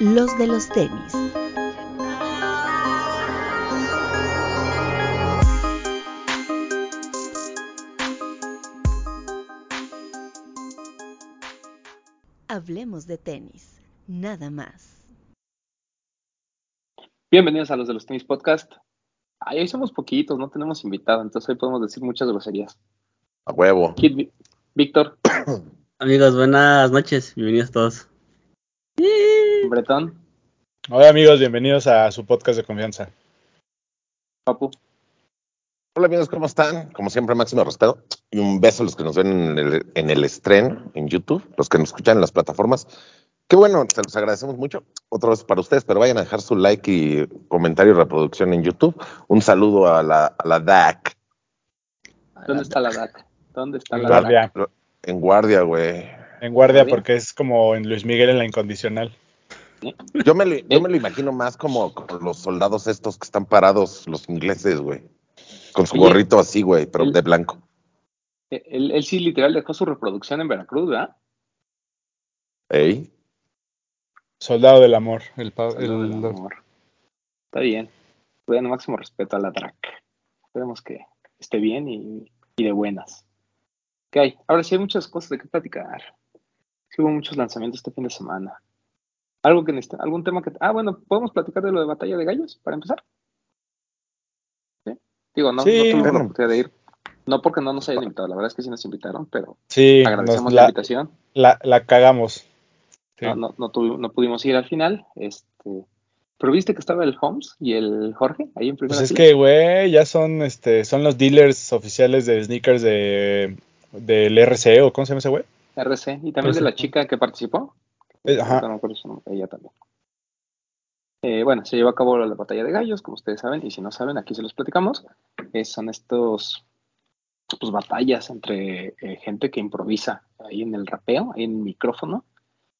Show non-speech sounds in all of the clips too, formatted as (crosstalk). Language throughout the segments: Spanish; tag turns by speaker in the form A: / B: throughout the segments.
A: Los de los tenis. Hablemos de tenis, nada más.
B: Bienvenidos a los de los tenis podcast. Ay, hoy somos poquitos, no tenemos invitado, entonces hoy podemos decir muchas groserías.
C: A huevo.
B: Kid Vi- Víctor,
D: Amigos, buenas noches, bienvenidos todos.
B: Bretón,
E: Hola amigos, bienvenidos a su podcast de confianza.
B: Papu,
C: Hola amigos, ¿cómo están? Como siempre, máximo respeto. Y un beso a los que nos ven en el, en el estreno, en YouTube, los que nos escuchan en las plataformas. Qué bueno, se los agradecemos mucho. Otra vez para ustedes, pero vayan a dejar su like y comentario y reproducción en YouTube. Un saludo a la, a la DAC.
B: ¿dónde está la DAC? ¿Dónde está la
E: Guardia.
B: DAC?
C: En guardia, güey.
E: En guardia
B: Está bien.
E: porque es como en Luis Miguel en la incondicional.
C: Yo me, lo- yo me lo imagino más como, como los soldados estos que están parados, los ingleses, güey. Con su
B: Oye.
C: gorrito así, güey, pero
B: El-
C: de blanco.
B: Eh, Él, él sí literal dejó su reproducción en Veracruz, ¿verdad?
C: ¿Ey?
E: Soldado del amor. El, pa-
B: Saludo
E: Pues el-
B: del amor. Está bien. Bueno, máximo respeto a la DAC. Esperemos que esté bien y, y de buenas. Ok, ahora sí hay muchas cosas de qué platicar. Sí hubo muchos lanzamientos este fin de semana. Algo que necesita, algún tema que... Ah, bueno, ¿podemos platicar de lo de Batalla de Gallos para empezar? ¿Sí? Digo, no,
E: Sí.
B: no tuvimos la
C: Bueno.
B: oportunidad de ir. No porque no nos hayan invitado, la verdad es que sí nos invitaron, pero
E: Sí,
B: agradecemos
E: nos
B: la
E: la,
B: invitación. Ah,
E: la- la cagamos. Sí.
B: No, no, no, tuvi- no pudimos ir al final. Este, pero viste que estaba el Holmes y el Jorge ahí en primera
E: Pues es
B: fila?
E: que, güey, ya son este, son los dealers oficiales de sneakers de del RC o ¿cómo se llama ese güey?
B: RC. Y también de
E: RC.
B: la chica que participó.
E: Eh,
B: Ahorita
E: Ajá.
B: no me acuerdo su nombre, ella también. Eh, bueno, se llevó a cabo la batalla de gallos, como ustedes saben, y si no saben, aquí se los platicamos. Eh, son estos pues batallas entre eh, gente que improvisa ahí en el rapeo, ahí en el micrófono.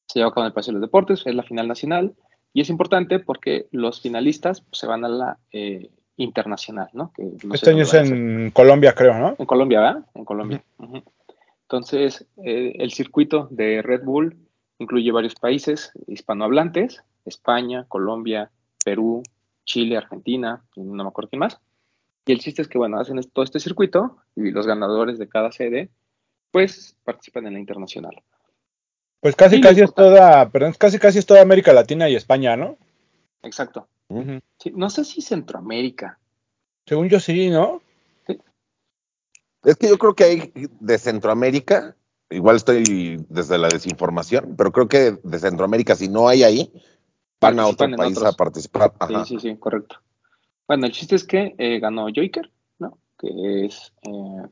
B: Se lleva a cabo en el Palacio de los Deportes, es la final nacional, y es importante porque los finalistas pues, se van a la eh, internacional, ¿no? Que no sé
E: este año
B: dónde
E: es
B: van a ser.
E: en Colombia, creo, ¿no?
B: En Colombia, ¿verdad? En Colombia. Ujú. Entonces, eh, el circuito de Red Bull incluye varios países hispanohablantes, España, Colombia, Perú, Chile, Argentina, y no me acuerdo quién más. Y el chiste es que, bueno, hacen es- todo este circuito y los ganadores de cada sede, pues, participan en la internacional.
E: Pues casi
B: Sí,
E: casi
B: lo
E: es toda, perdón, casi casi es toda América Latina y España, ¿no?
B: Exacto.
C: Ujú.
B: Sí, no sé si Centroamérica.
E: Según yo sí, ¿no?
C: Es que yo creo que hay de Centroamérica, igual estoy desde la desinformación, pero creo que de Centroamérica, si no hay ahí, van a
B: Participan
C: otro
B: en
C: país
B: otros.
C: a participar.
B: Sí,
C: Ajá.
B: sí, sí, correcto. Bueno, el chiste es que eh, ganó Joker, ¿no? Que es... eh,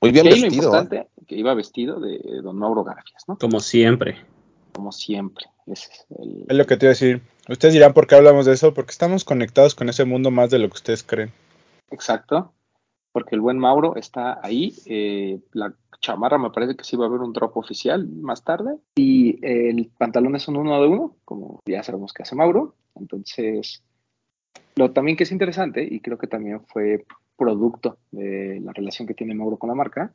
C: Muy bien
B: Que ahí lo
C: vestido. ¿eh?
B: importante, que iba vestido de eh, don Mauro Garfias, ¿no?
D: Como siempre.
B: Como siempre. Ese es el-
E: Es lo que te iba a decir. Ustedes dirán por qué hablamos de eso, porque estamos conectados con ese mundo más de lo que ustedes creen.
B: Exacto. Porque el buen Mauro está ahí. eh, la chamarra me parece que sí va a haber un drop oficial más tarde. Y el pantalón es un uno de uno, como ya sabemos que hace Mauro. Entonces, lo también que es interesante, y creo que también fue producto de la relación que tiene Mauro con la marca,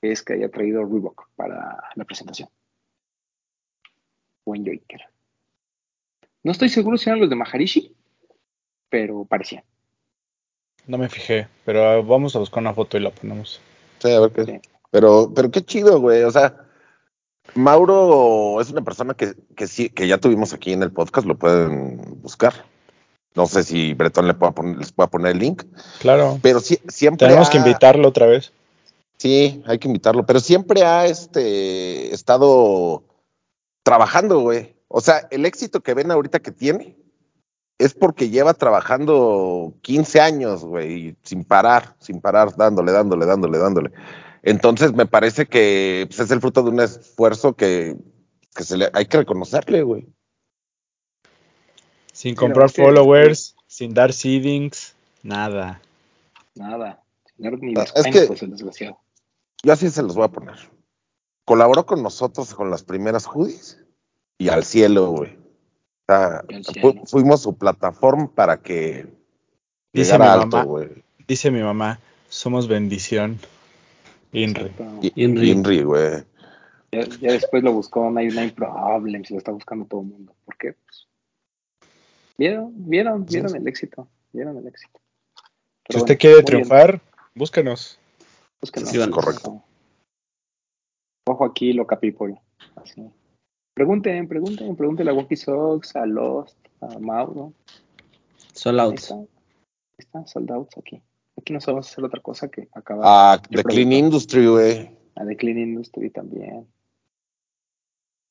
B: es que haya traído Reebok para la presentación. Buen Joker. No estoy seguro si eran los de Maharishi, pero parecían.
E: No me fijé, pero ah, vamos a buscar una foto y la ponemos.
C: Sí, a ver qué-
B: Sí.
C: Pero, pero qué chido, güey. O sea, Mauro es una persona que, que sí, que ya tuvimos aquí en el podcast, lo pueden buscar. No sé si Bretón le pueda poner, les pueda poner el link,
E: Claro.
C: pero sí, siempre
E: Tenemos
C: ha-
E: que invitarlo otra vez.
C: Sí, hay que invitarlo, pero siempre ha este, estado trabajando, güey. O sea, el éxito que ven ahorita que tiene es porque lleva trabajando 15 años, güey, sin parar, sin parar, dándole, dándole, dándole, dándole. Entonces, me parece que pues, es el fruto de un esfuerzo que, que se le, hay que reconocerle, güey.
B: Sí,
E: Sin
B: la
E: comprar
B: verdad es que-
E: followers, sin dar seedings, nada.
B: Nada. Señor, ni
C: Ah,
B: los
C: es
B: pánicos,
C: que-
B: el desgraciado.
C: Yo así se los voy a poner. Colaboró con nosotros con las primeras hoodies y al cielo, güey. O sea,
B: Y al
C: fu-
B: cielo.
C: fuimos su plataforma para que
E: Dice
C: llegara
E: mi
C: alto,
E: mamá.
C: güey.
E: Dice mi mamá, somos bendición. Inri.
B: Exacto.
C: Y-
D: Inri.
C: Inri, güey.
B: Ya, ya después lo buscó Nine Nine Problems y lo está buscando todo el mundo. ¿Por qué? Pues, Vieron, vieron, vieron el éxito. Vieron el éxito.
E: Si
B: Pero
E: usted
B: bueno,
E: quiere
B: muy
E: triunfar, búsquenos.
B: bien, búsquenlo.
D: Sí, bueno.
C: Correcto.
B: Ojo aquí, loca people. Así. Pregunten, pregunten, pregúntenle a Walkie Sox, a Lost, a Mauro.
D: Solo
B: Ahí
D: out.
B: está. Ahí están soldados aquí. Aquí no sabemos hacer otra cosa que acabar.
C: Ah,
B: Yo
C: The Clean
B: pregunto.
C: Industry, güey.
B: A The Clean Industry también.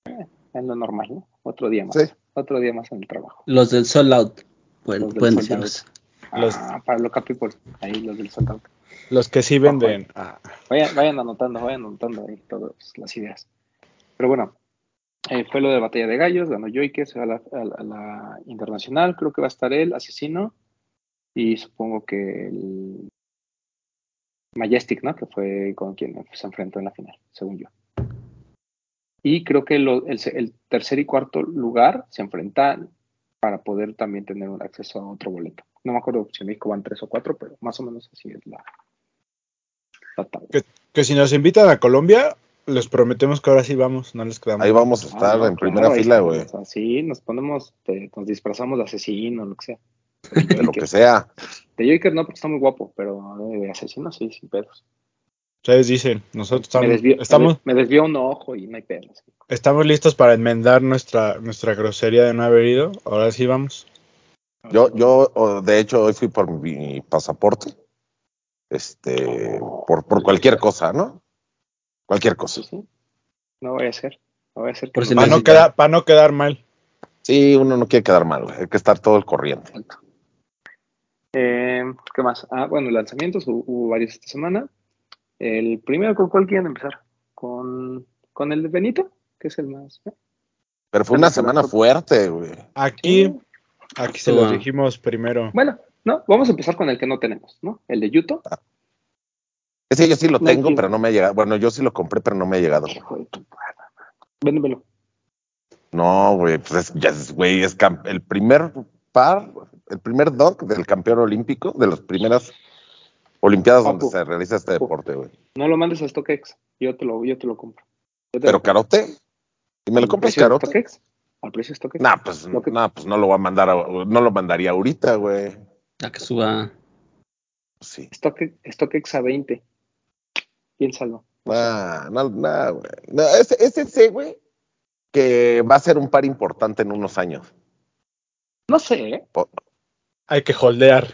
B: Eh, es lo normal, ¿no? Otro día más.
C: Sí.
B: Otro día más en el trabajo.
D: Los del Sold Out. Bueno,
B: Los del
D: pueden
B: sold out.
D: decirnos.
E: Los-
B: Ah, para loca people. Ahí los del soldado.
E: Los que sí venden. Ah,
B: Vayan, vayan anotando, vayan anotando ahí todas las ideas. Pero bueno, eh, fue lo de Batalla de Gallos, ganó Joike, se va a la, a la- a la internacional, creo que va a estar él, Asesino, y supongo que el Majestic, ¿no? Que fue con quien se enfrentó en la final, según yo. Y creo que lo- el, se- el tercer y cuarto lugar se enfrentan para poder también tener un acceso a otro boleto. No me acuerdo si en México van tres o cuatro, pero más o menos así es la, la tabla.
E: que si nos invitan a Colombia, les prometemos que ahora sí vamos, no les quedamos.
C: Ahí vamos a
B: Ah,
C: estar
B: no, claro,
C: en primera
B: ahí
C: fila,
B: estamos,
C: güey.
B: o sea, sí, nos ponemos, te- nos disfrazamos de asesino, lo que sea.
C: De lo que sea.
B: De Joker no, porque está muy guapo, pero de asesino sí, sin pedos.
E: Ustedes dicen,
B: me,
E: nosotros estamos,
B: desvió,
E: estamos,
B: me, me desvió un ojo y no hay pedos.
E: estamos listos para enmendar nuestra, nuestra grosería de no haber ido. Ahora sí vamos.
C: Yo, yo, oh, de hecho, hoy fui por mi pasaporte. Este, por, por cualquier cosa, ¿no? Cualquier cosa.
B: Sí, sí. No voy a ser. No voy a ser.
D: Por
B: que
D: si
B: me-
E: Para no,
D: necesita.
E: queda- pa' no quedar mal.
C: Sí, uno no quiere quedar mal, güey. Hay que estar todo el corriente.
B: Eh, ¿Qué más? Ah, bueno, lanzamientos hu- hubo varios esta semana. El primero, ¿con cuál quieren empezar? ¿Con, con el de Benito? Que es el más. ¿eh?
C: Pero fue
B: Pero
C: una
B: se la
C: semana
B: fue-
C: fuerte, güey.
E: Aquí, aquí se
D: Sí,
E: los
D: bueno.
E: dijimos primero.
B: Bueno, no, vamos a empezar con el que no tenemos, ¿no? El de Yuto.
C: Ah. Ese yo sí lo
B: No
C: tengo,
B: entiendo.
C: pero no me ha llegado. Bueno, yo sí lo compré, pero no me ha llegado. güey.
B: Hijo de tu puta madre. Véndemelo.
C: No, güey, pues es, ya es, güey, es cam- el primer par, el primer dog del campeón olímpico, de las primeras olimpiadas donde
B: Papu.
C: se realiza este
B: Papu.
C: deporte, güey.
B: No lo mandes a StockX. Yo te lo, yo te lo compro. Yo te
C: Pero
B: lo compro.
C: carote, ¿y me lo
B: ¿Al
C: compras
B: precio de
C: carote?
B: StockX? Al precio de StockX.
C: Nah, pues,
B: Lo que-
C: nah, pues no lo va a mandar, a- no lo mandaría ahorita, güey. Pues
D: A que suba.
C: Sí.
B: Stock, StockX a 20. Piénsalo.
C: Nah, no, nah, güey. No, es, es ese, güey, que va a ser un par importante en unos años.
B: No sé, ¿eh?
E: Hay que
D: (laughs)
E: holdear.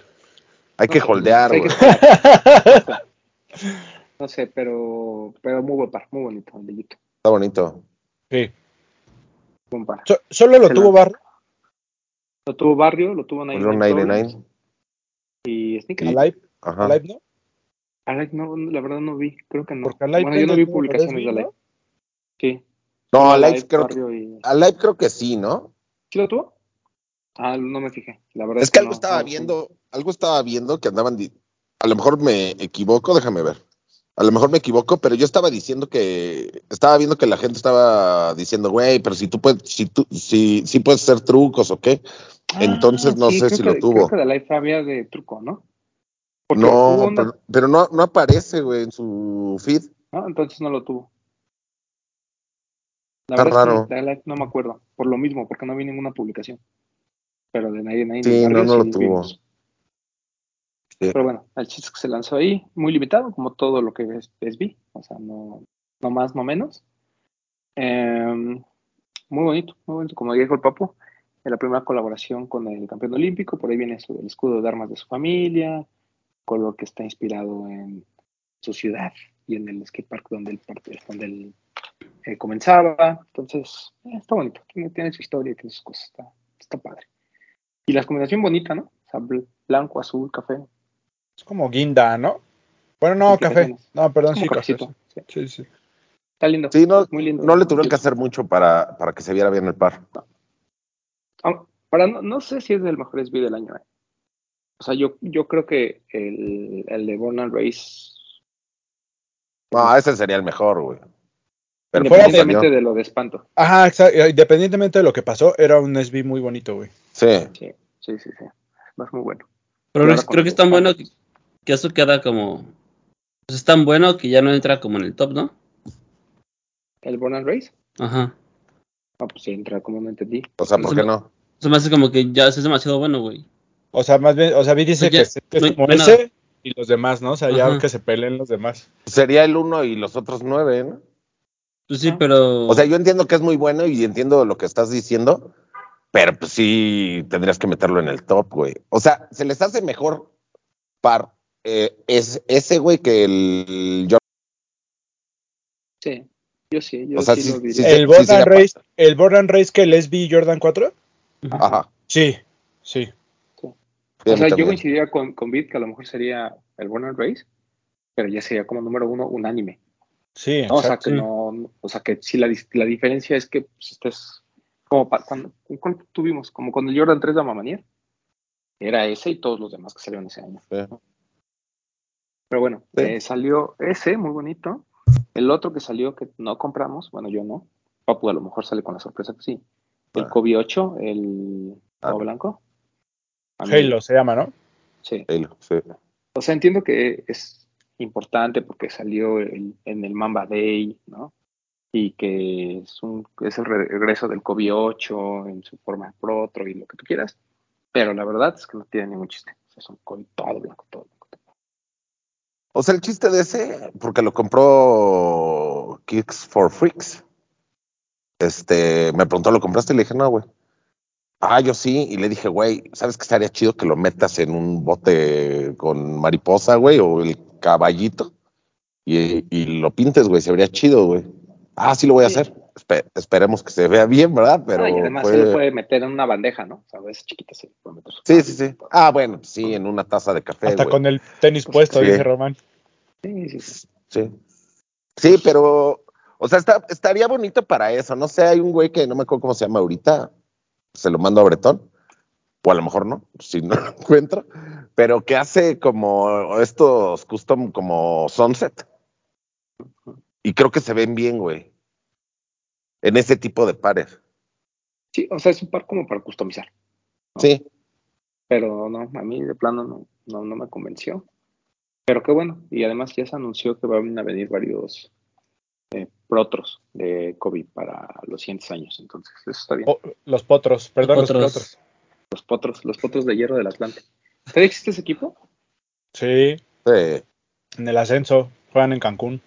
C: Hay que holdear,
B: Ah, Hay
C: güey.
B: que- No sé, pero, pero muy buen par, muy bonito el de Yuto.
C: Está bonito.
E: Sí.
B: Buen par.
E: So- solo lo
B: Se
E: tuvo
B: la-
E: Barro.
B: Lo tuvo Barrio, lo tuvo Nine
C: Un 99.
B: Y Sneaker.
C: Y-
E: Alive,
C: Ajá.
D: Ah.
E: Alive, ¿no?
B: Alec, no, la verdad no vi, creo que no.
E: Porque Alive
B: bueno, yo no vi
E: vende todo, ¿no?
B: publicaciones de Alec. Sí.
C: No,
B: Alec,
C: Alive creo, que-
B: Barrio y-
C: Alive creo que sí, ¿no?
B: ¿Sí lo tuvo? Ah, no me fijé. La verdad
C: Es que
B: no,
C: algo estaba
B: no,
C: viendo, algo estaba viendo que andaban, di- a lo mejor me equivoco, déjame ver. A lo mejor me equivoco, pero yo estaba diciendo que estaba viendo que la gente estaba diciendo, güey, pero si tú puedes, si tú, si, si puedes hacer trucos o qué. Entonces, no sé
B: Ah, creo
C: si
B: que-
C: lo
B: Creo
C: tuvo.
B: que de Life había de truco, ¿no? Porque hubo
C: No,
B: una-
C: pero, pero no, no aparece, güey, en su feed.
B: ¿no? Entonces no lo tuvo. La
C: Está
B: verdad es que
C: raro.
B: de Life no me acuerdo. Por lo mismo, porque no vi ninguna publicación. Pero de nadie, nadie.
C: Sí, no, no lo tuvo.
B: vimos. Pero bueno, el chiste es que se lanzó ahí, muy limitado, como todo lo que es, es vi. O sea, no, no más, no menos. Em, muy bonito, muy bonito, como dijo el Papu. En la primera colaboración con el campeón olímpico, por ahí viene su- el escudo de armas de su familia, color que está inspirado en su ciudad y en el skatepark donde él, part- donde él, eh, comenzaba. Entonces, eh, está bonito, tiene, tiene su historia, tiene sus cosas, está, está padre. Y la combinación bonita, ¿no? O sea, bl- blanco, azul, café,
E: Es como guinda, ¿no? Bueno, no, café.
B: Aplicaciones.
E: No, perdón,
B: como
E: sí, café.
B: cafecito. sí.
E: Sí, sí.
B: Está lindo,
C: Sí, no,
B: muy lindo.
C: no le tuvieron que hacer mucho para, para que se viera bien el par.
B: Ah, Ahora, no, no sé si es del mejor SB del año. eh. O sea, yo, yo creo que el, el de Born and Race,
C: No, ese sería el mejor, güey. Pero
E: fuera de-
B: independientemente de lo de espanto.
E: Ajá, exacto. Independientemente de lo que pasó, era un SB muy bonito, güey.
C: Sí.
B: Sí, sí, sí. sí. No es muy bueno.
D: Pero
B: Y
D: creo,
B: ahora con
D: creo que es tan
B: los
D: bueno que,
B: Falcons.
D: que eso queda como. pues es tan bueno que ya no entra como en el top, ¿no?
B: ¿El Born and Race?
D: Ajá.
B: Ah, pues sí, entra, como no entendí.
C: O sea, ¿por
D: Se
C: qué
D: me-
C: no?
D: Se me hace como que ya es demasiado bueno, güey.
E: O sea, más bien, o sea, Vi
D: Pues
E: dice
D: ya,
E: que, es- que es
D: no-
E: como
D: no hay
E: ese
D: nada.
E: y los demás, ¿no? O sea, ya
D: Ajá.
E: que se peleen los demás.
C: Sería el uno y los otros nueve, ¿no?
D: Pues sí, pero.
C: O sea, yo entiendo que es muy bueno y entiendo lo que estás diciendo, pero pues sí tendrías que meterlo en el top, güey. O sea, se les hace mejor par eh, es, ese, güey, que el Jordan.
B: Sí, yo sí, yo
C: O sea,
B: sí,
C: sí-
B: lo diría.
C: sí se-
E: ¿El Born
C: se
E: and
C: la
E: Race, el Born and Race que les vi Jordan 4?
C: Ajá.
E: Sí, sí.
C: sí,
B: O
C: a mí
B: sea, yo
C: también.
B: coincidiría con, con Vid que a lo mejor sería el Born and Race, pero ya sería como número uno unánime.
E: Sí,
B: ¿no? O sea,
E: exacto.
B: que no, o sea, que si la, dis- la diferencia es que pues, estés como pa- cuando, ¿cuál tuvimos? Como cuando el Jordan 3 de Mamanier. Era ese y todos los demás que salieron ese año.
C: Sí.
B: Pero bueno,
C: Sí.
B: eh, salió ese, muy bonito. El otro que salió que no compramos, bueno, yo no. Papu a lo mejor sale con la sorpresa que sí. El
C: Ah.
B: Kobe 8, el
C: Ah.
B: Kobe blanco. A mí-
E: Mm, Halo se llama, ¿no?
B: Sí.
C: Halo, sí.
B: O sea, entiendo que es importante porque salió el- en el Mamba Day, ¿no? Y que es, un, es el re- regreso del Kobe 8 en su forma pro, otro y lo que tú quieras. Pero la verdad es que no tiene ningún chiste. O sea, es un Kobe todo blanco, todo blanco. todo blanco.
C: O sea, el chiste de ese, porque lo compró Kicks for Freaks. Este, me preguntó, ¿lo compraste? Y le dije, no, güey. Ah, yo sí. Y le dije, güey, ¿sabes qué estaría chido que lo metas en un bote con mariposa, güey? O el caballito. Y, y lo pintes, güey. Se vería chido, güey. Ah, sí lo voy a
B: Sí.
C: hacer. Espe- esperemos que se vea bien, ¿verdad? Pero
B: Ah, y además
C: fue-
B: se lo puede meter en una bandeja, ¿no? O sea, es chiquita, se puede meter. su
C: Sí,
B: mano
C: sí,
B: y
C: sí.
B: todo.
C: Ah, bueno, sí, en una taza de café,
E: Hasta
C: güey.
E: con el tenis puesto,
C: Sí.
E: dice Román.
B: Sí, sí, sí.
C: Sí. Sí, pero, o sea, está- estaría bonito para eso. No sé, hay un güey que no me acuerdo cómo se llama ahorita. Se lo mando a Bretón. O a lo mejor no, (laughs) si no lo encuentro. Pero que hace como estos custom como sunset. Y creo que se ven bien, güey. En ese tipo de pares.
B: Sí, o sea, es un par como para customizar.
C: Sí.
B: pero no, a mí de plano no, no, no me convenció. Pero qué bueno, y además ya se anunció que van a venir varios eh, protros de COVID para los siguientes años, entonces eso está bien.
E: Po- los potros, perdón, los
D: Otros.
E: potros.
B: Los potros, los potros de hierro del Atlante. ¿Todavía existe ese equipo?
E: Sí,
C: sí.
E: en el ascenso, juegan en Cancún.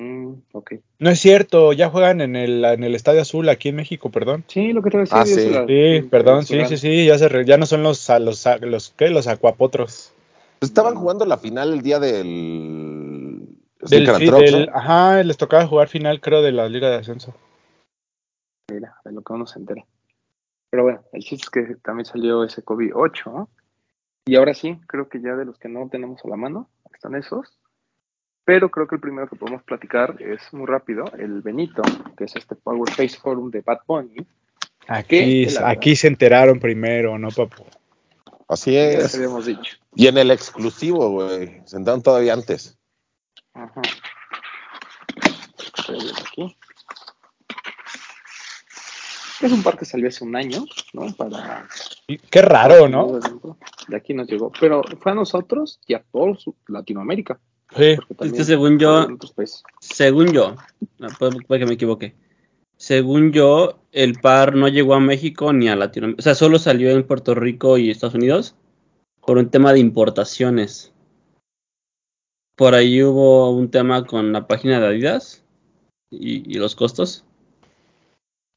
B: Mm, ok.
E: No es cierto, ya juegan en el, en el Estadio Azul aquí en México, perdón.
B: Sí, lo que te voy a decir.
C: Ah,
B: yo
C: sí.
B: se la-
E: Sí, perdón,
B: se
E: sí,
B: la-
E: sí, sí, ya, se re- ya no son los, a- los, a- los, ¿qué? los acuapotros.
C: Estaban jugando la final el día del.
E: Del,
C: Sneaker and
E: fi-
C: Trucks,
E: del-
C: ¿no?
E: Ajá, les tocaba jugar final, creo, de la Liga de Ascenso.
B: Mira, de lo que uno se entera. Pero bueno, el chiste es que también salió ese COVID 8, ¿no? Y ahora sí, creo que ya de los que no tenemos a la mano, están esos. Pero creo que el primero que podemos platicar es muy rápido, el Benito, que es este Power Face Forum de Bad Bunny.
E: Aquí,
B: Qué la-
E: aquí se enteraron primero, ¿no, papu?
C: Así
B: Ya les
C: es.
B: habíamos dicho.
C: Y en el exclusivo, güey. Sentaron todavía antes.
B: Ajá. Estoy viendo aquí. Es un par que salió hace un año, ¿no? Para
E: Y Qué raro, ¿no?
B: De aquí nos llegó. Pero fue a nosotros y a toda Latinoamérica. Porque
E: Sí,
D: Es
B: también
D: que según yo,
B: en otros países.
D: según yo, no, puede, puede que me equivoque. Según yo, el par no llegó a México ni a Latinoamérica. O sea, solo salió en Puerto Rico y Estados Unidos por un tema de importaciones. Por ahí hubo un tema con la página de Adidas y, y los costos.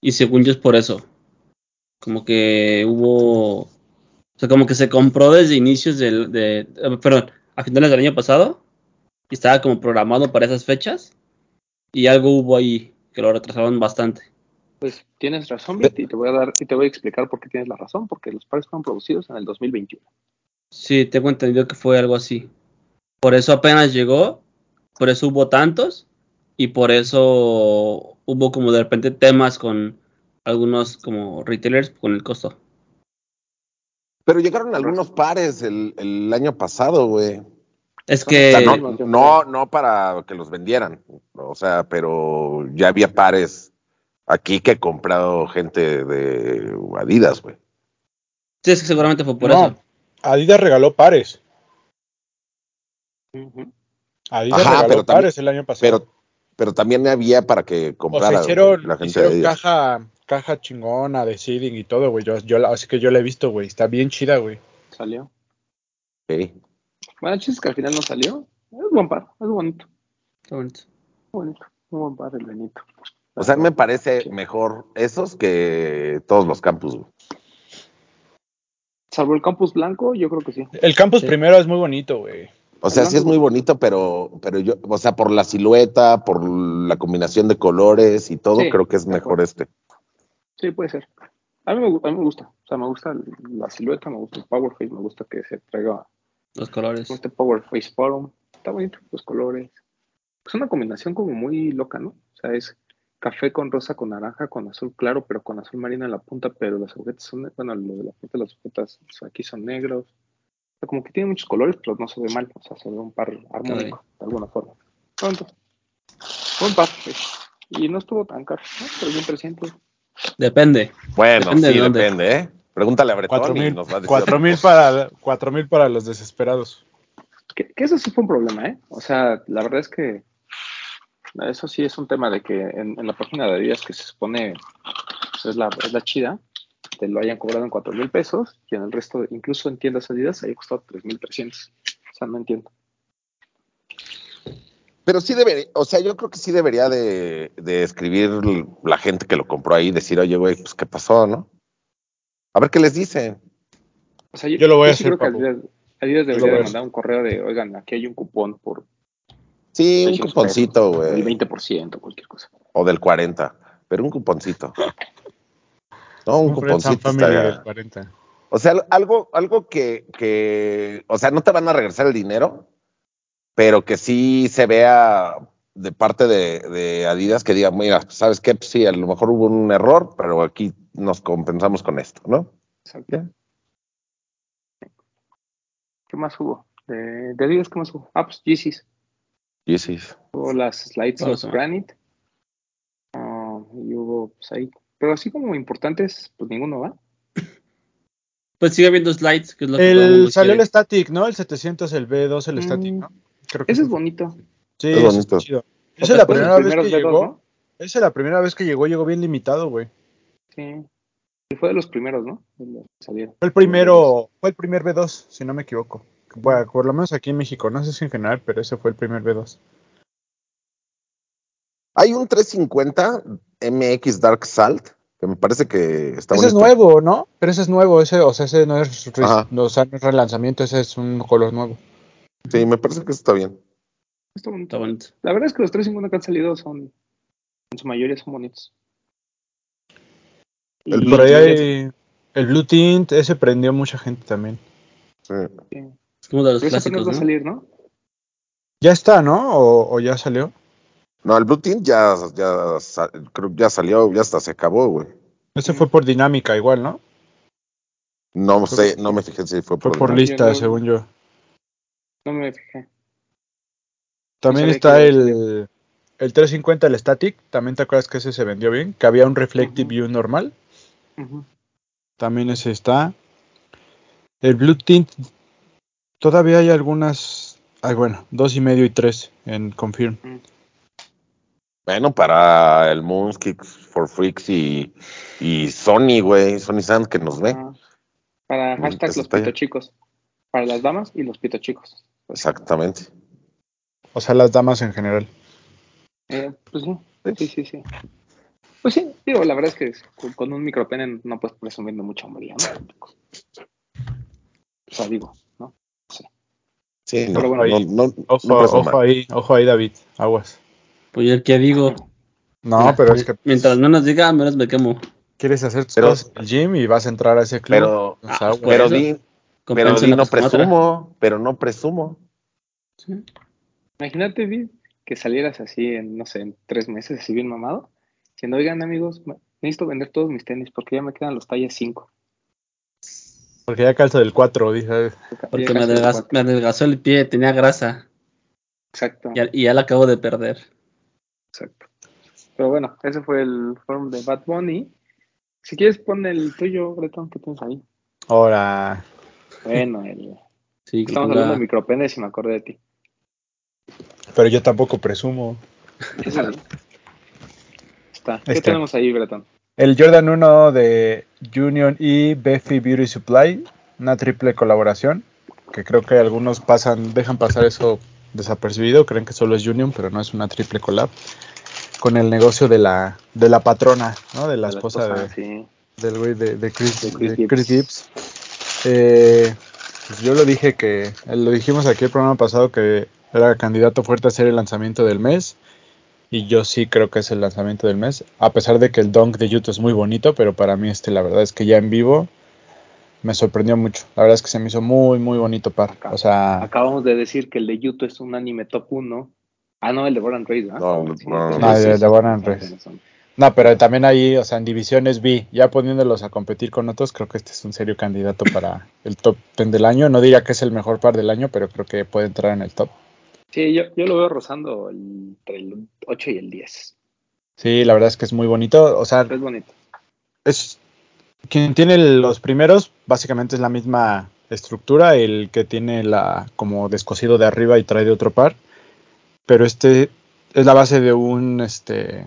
D: Y según yo es por eso. Como que hubo. O sea, como que se compró desde inicios del. De, eh, perdón, a finales del año pasado. Y estaba como programado para esas fechas. Y algo hubo ahí que lo retrasaron bastante.
B: Pues tienes razón, Bit, y te voy a dar y te voy a explicar por qué tienes la razón, porque los pares fueron producidos en el 2021.
D: Sí, tengo entendido que fue algo así. Por eso apenas llegó, por eso hubo tantos y por eso hubo como de repente temas con algunos como retailers con el costo.
C: Pero llegaron algunos pares el, el año pasado, güey.
D: Es
C: O
D: que
C: sea, no,
B: Eh,
C: no, no para que los vendieran. O sea, pero ya había pares aquí que he comprado gente de Adidas, güey.
D: sí, es que seguramente fue por
E: No.
D: eso.
E: Adidas regaló pares.
B: Ujú.
E: Adidas
C: Ajá,
E: regaló
C: pero también-
E: pares el año pasado.
C: Pero, pero también había para que
E: o sea,
C: comprara
E: hicieron,
C: la gente de
E: hicieron
C: Adidas.
E: caja, caja chingona de seeding y todo, güey. Yo, yo la- así que yo la he visto, güey. Está bien chida, güey.
B: Salió.
C: Sí.
B: Bueno, el chiste es que al final no salió. Es buen par, es bonito.
D: Qué bonito.
B: bonito. Un buen par el Benito.
C: O sea, me parece mejor esos que todos los campus, güey.
B: Salvo el Campus Blanco, yo creo que sí.
E: El campus
D: Sí.
E: primero es muy bonito, güey.
C: O sea, sí es muy bonito, pero, pero yo, o sea, por la silueta, por la combinación de colores y todo,
B: Sí,
C: creo que es
B: de
C: mejor
B: acuerdo.
C: este.
B: Sí, puede ser. A mí, me, gu- a mí me gusta. O sea, me gusta la silueta, me gusta el Power Face, me gusta que se traiga
D: Los colores.
B: este Power Face Forum. Está bonito, los colores. Es una combinación como muy loca, ¿no? O sea, es café con rosa, con naranja, con azul claro, pero con azul marino en la punta, pero las agujetas son, bueno, lo de la punta de las agujetas o sea, aquí son negros. O sea, como que tiene muchos colores, pero no se ve mal. O sea, se ve un par armónico, de alguna forma. Pronto. Un par, pues. Y no estuvo tan caro, ¿no? Pero bien 300.
D: Depende.
C: Bueno,
D: Depende
C: sí,
D: de dónde.
C: depende, ¿eh? Pregúntale a
E: Cuatro
C: Bretón y
E: mil,
C: nos va a decir.
E: cuatro
C: otra
E: mil
C: cosa.
E: para, cuatro mil para los desesperados.
B: Que, que eso sí fue un problema, ¿eh? O sea, la verdad es que eso sí es un tema de que en, en la página de Adidas que se supone pues, es, la, es la chida, te lo hayan cobrado en 4 mil pesos y en el resto, incluso en tiendas Adidas, haya costado 3.300. O sea, no entiendo.
C: Pero sí debería, o sea, yo creo que sí debería de, de escribir l- la gente que lo compró ahí, decir, oye, güey, pues qué pasó, ¿no? A ver qué les dicen.
B: O sea,
E: Yo lo voy a
B: sí
E: hacer,
B: creo que
E: papu.
B: Adidas, Adidas
E: lo
B: debería de
E: voy a hacer.
B: mandar un correo de, oigan, aquí hay un cupón por
C: Sí, un
B: 600
C: cuponcito,
B: pesos, el
C: güey.
B: 20%, cualquier cosa.
C: O del 40, pero un cuponcito. No, un
E: Friends and
C: cuponcito
E: Family
C: estaría.
E: del 40.
C: O sea, algo, algo que, que, o sea, no te van a regresar el dinero, pero que sí se vea de parte de, de Adidas que diga, mira, ¿sabes qué? Pues sí, a lo mejor hubo un error, pero aquí nos compensamos con esto, ¿no?
B: Exacto.
C: Ya.
B: ¿Qué más hubo? De, de Adidas, ¿qué más hubo? Ah, pues Yeezys.
C: Sí, sí.
B: Hubo las slides
D: Todas
B: of
D: son.
B: Granite. Ah, y hubo, pues ahí. Pero así como importantes, pues ninguno va.
D: Pues sigue habiendo slides, que es lo que todo el mundo
E: El, salió
D: quiere.
E: el Static, ¿no? El 700, el B2, el
B: Mm.
E: Static, ¿no? Creo
B: Ese es bonito.
E: Sí,
C: Es
E: eso
C: bonito.
E: está chido.
B: O
E: Esa
B: sea,
E: es la
B: fue de
E: primera
B: los
E: vez que
B: primeros dedos,
E: llegó.
B: ¿no?
E: Esa es la primera vez que llegó, llegó bien limitado, güey.
B: Sí. Y fue de los primeros, ¿no? De los que salieron.
E: Fue el primero, fue el primer B2, si no me equivoco. Bueno, por lo menos aquí en México, no sé si en general, pero ese fue el primer B2.
C: Hay un 350 MX Dark Salt, que me parece que está
E: ese es
C: bonito.
E: nuevo, ¿no? Pero ese es nuevo, ese, o sea, ese no es, re-
C: Ajá.
E: no, o sea, no es relanzamiento, ese es un color nuevo.
C: Sí, me parece que está bien.
B: Está
D: Está
B: bonito.
D: bonito.
B: La verdad es que los 350 que han salido son, en su mayoría son bonitos.
C: El
B: Y-
E: Por ahí hay el Blue Tint, ese prendió mucha gente también.
C: Sí.
B: Sí.
D: Es como de los
B: Pero ese
D: clásicos,
B: apenas va a
D: ¿no?
B: salir, ¿no?
E: Ya está, ¿no? O, o ya salió.
C: No, el Blue Team ya, ya, sa- creo que ya salió, ya hasta se acabó, güey.
E: Ese fue por dinámica igual, ¿no?
C: No sé, no me fijé si fue
E: Pues Fue
C: por,
E: por
B: dinámica.
E: lista,
B: Yo no-
E: según yo.
B: No me fijé.
E: También
B: sabía
E: está
B: que había
E: el, el 350, el Static. También te acuerdas que ese se vendió bien. Que había un Reflective View normal.
B: Ujú.
E: También ese está. El Blue Tint. Todavía hay algunas. Ay, bueno, dos y medio y tres en Confirm.
C: Bueno, para el Moons, Kicks for Freaks y, y Sony, güey, Sony Sands que nos ve.
B: Ah, para
C: Mm,
B: hashtag
C: ese
B: los
C: está ya.
B: pito chicos. Para las damas y los Pues, pito chicos.
C: Exactamente.
E: O sea, las damas en general.
B: Eh, pues sí, sí, sí, sí. Pues sí, digo, la verdad es que con, con un micropene no puedes presumir de mucha hombría, ¿no? O sea, digo, ¿no?
C: Sí, no,
B: Pero bueno,
C: no,
E: ahí-
C: no, no
E: Ojo,
C: presuma.
E: ojo ahí, ojo ahí, David. Aguas.
D: Pues yo el que digo.
E: No, pero es que
D: Mientras no nos diga, menos me quemo.
E: quieres hacer tus
C: Pero-
E: cosas en el gym y vas a entrar a ese club.
C: Pero,
E: Pues
D: Ah,
E: aguas.
D: por
C: pero
D: eso,
C: di, pero
D: Compensa
C: di
D: una
C: no
D: cosa con otra.
C: presumo, pero no presumo.
D: Sí.
B: Imagínate, Vid, que salieras así en, no sé, en tres meses, así bien mamado, diciendo, oigan, amigos, me- necesito vender todos mis tenis porque ya me quedan los tallas 5.
E: Porque ya calzo del 4, dije.
D: Porque me, adelgaz- me adelgazó el pie, tenía grasa.
B: Exacto,
D: Y, al- y ya la acabo de perder.
B: exacto. Pero bueno, ese fue el forum de Bad Bunny. Si quieres, pon el tuyo, Bretón, que tienes ahí.
E: Ahora.
B: Bueno, el-
D: Sí, que
B: estamos
D: ponga-
B: hablando de micropenes y me acordé de ti.
E: Pero yo tampoco presumo.
B: Está. ¿Qué
E: Está. Este,
B: tenemos ahí, Bretón?
E: El Jordan 1 de Union y Beffy Beauty Supply, una triple colaboración, que creo que algunos pasan, dejan pasar eso desapercibido, creen que solo es Union, pero no es una triple collab. Con el negocio de la, de la patrona, ¿no? De la,
B: La
E: esposa,
B: esposa,
E: de,
B: sí.
E: del güey de, de Chris,
B: De Chris
E: de Chris Gibbs. Eh, pues yo lo dije que, eh, lo dijimos aquí el programa pasado que era candidato fuerte a ser el lanzamiento del mes. Y yo sí creo que es el lanzamiento del mes. A pesar de que el dunk de Utah es muy bonito, pero para mí este, la verdad es que ya en vivo me sorprendió mucho. La verdad es que se me hizo muy, muy bonito par. O sea,
B: Acabamos de decir que el de Yuto es un anime top 1. Ah, no, el de Boran Reis, ¿verdad?
C: No,
B: Sí,
C: no,
B: sí, sí,
C: no,
E: de-
B: sí,
E: Ah, de
B: sí,
E: Boran
B: sí,
E: Reis.
B: tienes razón.
E: no, pero también ahí, o sea, en divisiones vi, ya poniéndolos a competir con otros, creo que este es un serio candidato para el top 10 del año. No diría que es el mejor par del año, pero creo que puede entrar en el top.
B: Sí, yo, yo lo veo rozando el- entre el 8 y el 10.
E: Sí, la verdad es que es muy bonito. O sea,
B: Es bonito.
E: es quien tiene los primeros básicamente es la misma estructura el que tiene la como descosido de arriba y trae de otro par pero este es la base de un este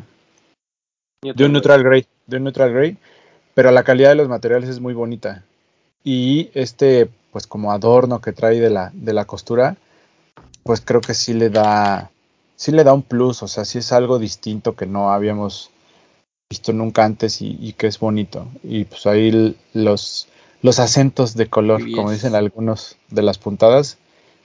E: de un neutral gray de un neutral gray pero la calidad de los materiales es muy bonita y este pues como adorno que trae de la de la costura pues creo que sí le da sí le da un plus o sea sí es algo distinto que no habíamos visto nunca antes y, y que es bonito. Y pues ahí l- los, los acentos de color,
D: Así
E: como
D: es.
E: dicen algunos de las puntadas,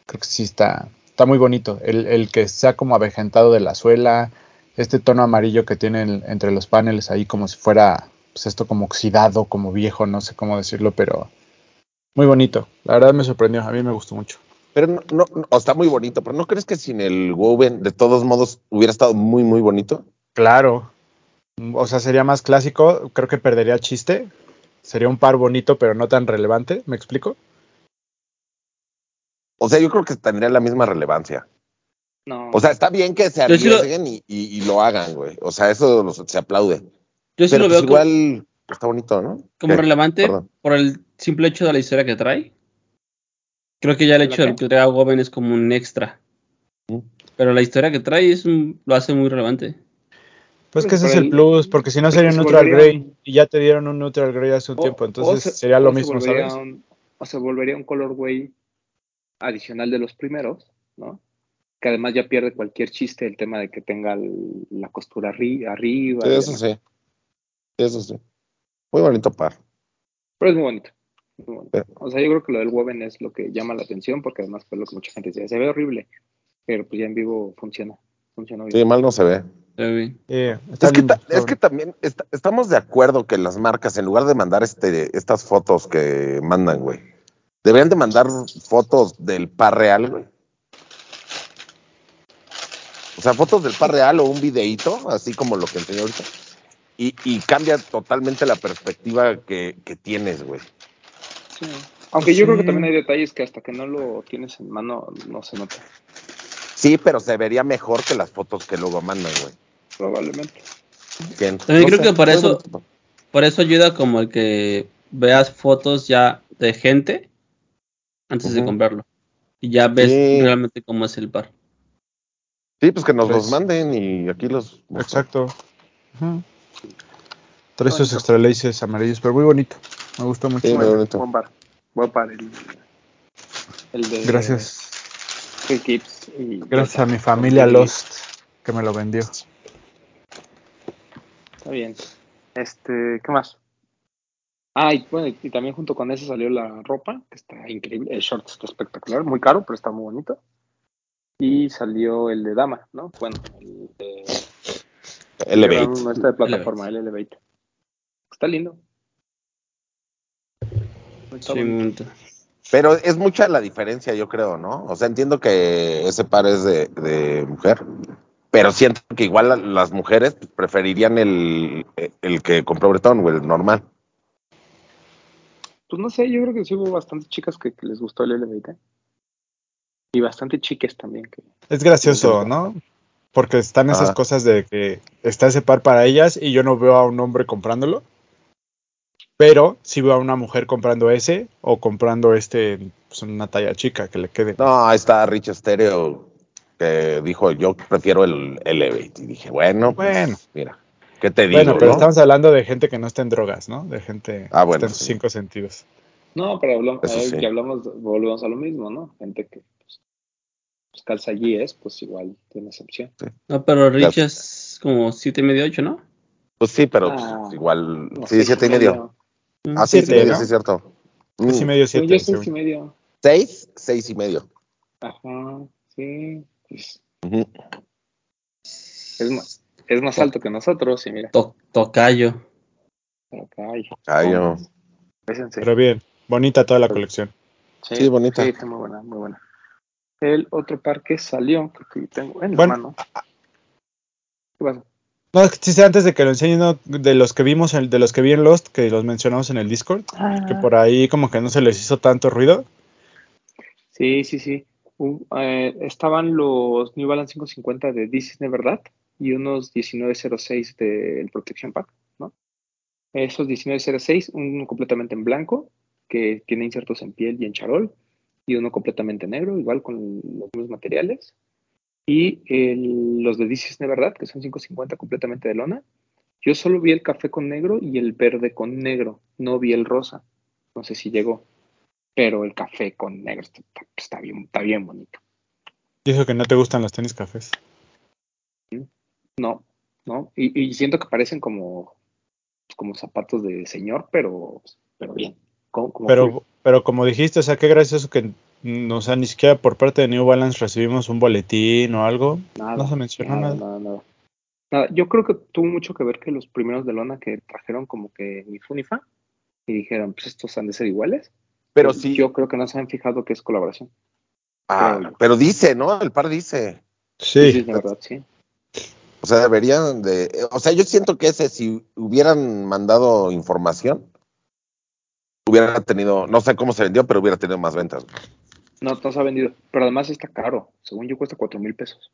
E: creo que sí está, está muy bonito. El, el que sea como avejentado de la suela, este tono amarillo que tienen entre los paneles ahí como si fuera, pues esto como oxidado, como viejo, no sé cómo decirlo, pero muy bonito. La verdad me sorprendió, a mí me gustó mucho.
C: Pero no, no, no, o está muy bonito, pero ¿no crees que sin el Woven, de todos modos, hubiera estado muy, muy bonito?
E: Claro. O sea, sería más clásico, creo que perdería chiste. Sería un par bonito, pero no tan relevante, ¿me explico?
C: O sea, yo creo que tendría la misma relevancia.
B: No.
C: O sea, está bien que se
D: Yo sí lo-
C: arriesguen y, y- y lo hagan, güey. O sea, eso los- se aplaude.
D: Yo sí
C: pero pues
D: lo veo como-
C: igual está bonito, ¿no?
D: como
C: ¿Qué?
D: relevante
C: Perdón.
D: por el simple hecho de la historia que trae. Creo que ya el hecho
B: ¿La
D: del
B: qué?
D: que traiga Woven es como un extra.
C: Mm.
D: Pero la historia que trae es un- lo hace muy relevante.
B: Pues
E: Pues que ese
B: por
E: es el
B: el-
E: plus, porque si no
B: porque
E: sería un
B: se
E: neutral
B: volvería
E: gray
B: un-
E: y ya te dieron un neutral gray hace un
B: O-
E: tiempo,
B: o
E: entonces
B: se-
E: sería lo
B: o se
E: mismo,
B: volvería
E: ¿sabes?
B: un- o se volvería un colorway adicional de los primeros, ¿no? Que además ya pierde cualquier chiste el tema de que tenga el- la costura arri- arriba.
C: Sí,
B: y
C: eso
B: demás.
C: sí. Eso sí. Muy bonito par.
B: Pero es muy bonito. muy bonito.
C: Sí.
B: O sea, yo creo que lo del Woven es lo que llama la atención, porque además fue lo que mucha gente decía, se ve horrible, pero pues ya en vivo funciona. Funciona bien.
C: Sí, mal no se ve.
D: Pero bien.
E: Eh, está
C: Es que,
E: lindo,
C: ta-
E: está
C: es que
E: bonito.
C: también está- estamos de acuerdo que las marcas, en lugar de mandar este, estas fotos que mandan, güey, deberían de mandar fotos del par real, güey. O sea, fotos del par real o un videíto, así como lo que enseñó ahorita. Y, y cambia totalmente la perspectiva que, que tienes, güey.
B: Sí. Aunque yo
E: Sí.
B: creo que también hay detalles que hasta que no lo tienes en mano no se nota.
C: Sí, pero se vería mejor que las fotos que luego mandan, güey.
B: Probablemente.
C: También
D: creo que para eso- Por eso ayuda como el que veas fotos ya de gente antes de
C: Ujú.
D: comprarlo. Y ya ves
C: Sí.
D: realmente cómo es el par.
C: Sí, pues que nos
E: Pues-
C: los manden y aquí los. pues,
E: Exacto. Ujú. Trae sus
B: Bonito.
E: extra laces amarillos, pero muy bonito. Me gustó mucho.
C: Sí, muy
E: Bueno,
C: bonito.
B: Buen bar. Buen bar. El, el de
E: Gracias.
B: Free Kids y-
E: Gracias a mi familia Lost que me lo vendió.
B: Está bien. Este, ¿qué más? Ah, y bueno, y también junto con eso salió la ropa, que está increíble. El short está espectacular, muy caro, pero está muy bonito. Y salió el de dama, ¿no? Bueno, el de
C: Elevate.
B: No está de plataforma, el Elevate. Está lindo. Está
D: Sí,
B: bonito.
D: muy bonito.
C: Pero es mucha la diferencia, yo creo, ¿no? O sea, entiendo que ese par es de, de mujer, pero siento que igual la- las mujeres pues, preferirían el, el que compró Bretón o el normal.
B: Pues no sé, yo creo que sí hubo bastantes chicas que, que les gustó el Elevate. ¿eh? Y bastante chiques también. Que,
E: Es gracioso, ¿no? Porque están esas
C: Ajá.
E: cosas de que está ese par para ellas y yo no veo a un hombre comprándolo. Pero sí veo a una mujer comprando ese o comprando este, pues una talla chica que le quede.
C: No, ahí está Rich Stereo que dijo, yo prefiero el Elevate. Y dije, bueno, pues,
E: Bueno.
C: mira. ¿Qué te digo?
E: Bueno, pero
C: no?
E: estamos hablando de gente que no está en drogas, ¿no? De gente
C: Ah,
E: que
C: bueno,
E: está en sus
C: sí.
E: cinco sentidos.
B: No, pero hablamos,
C: Eso
B: a ver,
C: sí.
B: que hablamos, volvemos a lo mismo, ¿no? Gente que pues, pues, calza allí es, pues igual tiene excepción.
D: No, pero Rich
C: Claro.
D: es como siete y medio, ocho, ¿no?
C: Pues sí, pero pues,
B: Ah,
C: igual.
B: No
C: sí,
B: sé,
C: siete y medio. Ah, sí, siete
E: Siete,
C: y medio,
E: ¿no?
C: sí, es cierto. Mm,
E: Tres y medio, siete.
B: Según yo seis y
E: según-
B: medio.
C: Seis, seis y medio.
B: Ajá, sí. pues,
C: Ujú.
B: es, más, es más alto que nosotros, y mira.
D: To- tocayo.
B: Pero caray.
C: Ay, yo-
B: Pésense.
E: Pero bien, bonita toda la colección.
C: sí, bonita.
B: Sí, está muy buena, muy buena. El otro par que salió, que aquí tengo en
E: Bueno.
B: la mano. ¿Qué pasa?
E: No, es que sí, antes de que lo enseñen, ¿no? de los que vimos, en- de los que vi en Lost, que los mencionamos en el Discord, que por ahí como que no se les hizo tanto ruido.
B: Sí, sí, sí. Un- eh, estaban los New Balance 550 de This is verdad y unos 1906 del Protection Pack, ¿no? Esos 1906, uno completamente en blanco, que tiene insertos en piel y en charol, y uno completamente negro, igual con los mismos materiales. Y el- los de This is verdad que son 550 completamente de lona. Yo solo vi el café con negro y el verde con negro, no vi el rosa. No sé si llegó pero el café con negro está, está- está bien, está bien bonito.
E: Dijo que no te gustan los tenis cafés.
B: No, no, y, y siento que parecen como, como zapatos de señor, pero, pero bien. Como, como cool.
E: Pero, pero como dijiste, o sea, qué gracioso que, mm, o sea, ni siquiera por parte de New Balance recibimos un boletín o algo.
B: nada,
E: no se menciona
B: nada,
E: nada.
B: nada, nada. Nada, Yo creo que tuvo mucho que ver que los primeros de lona que trajeron como que ni fu ni fa y dijeron, pues estos han de ser iguales.
C: Pero
B: Y
C: sí.
B: Yo creo que no se han fijado que es colaboración.
C: ah,
B: creo yo.
C: pero dice, ¿no? El par dice.
E: Sí,
B: es de verdad, sí.
C: O sea, deberían de. O sea, yo siento que ese, si hubieran mandado información, hubiera tenido. No sé cómo se vendió, pero hubiera tenido más ventas.
B: No, no se ha vendido, pero además está caro. Según yo cuesta cuatro mil pesos.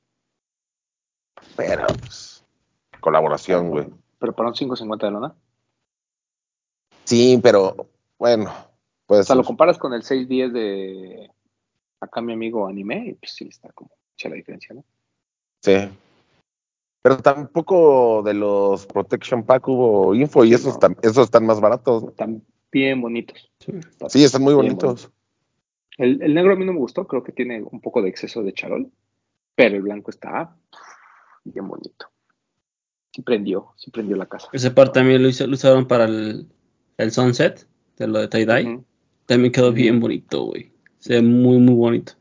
C: Pero, pues, colaboración, güey.
B: Pero para un 5.50 de lona.
C: Sí, pero bueno,
B: O
C: pues.
B: sea, lo comparas con el 610 de acá mi amigo anime, y pues sí, está como mucha la diferencia, ¿no?
C: Sí. Pero tampoco de los Protection Pack hubo info y
B: Sí,
C: esos,
B: no.
C: tam- esos están más baratos. ¿no?
B: Están bien bonitos.
C: Sí, están muy
B: Bien
C: bonitos.
B: El, el negro a mí no me gustó, creo que tiene un poco de exceso de charol, pero el blanco está pff, bien bonito. Sí prendió, sí prendió la casa.
D: Ese par también lo, hizo- lo usaron para el, el sunset, de lo de tie-dye.
B: Ujú.
D: También quedó
B: Ujú.
D: bien bonito, güey. Se ve muy, muy bonito.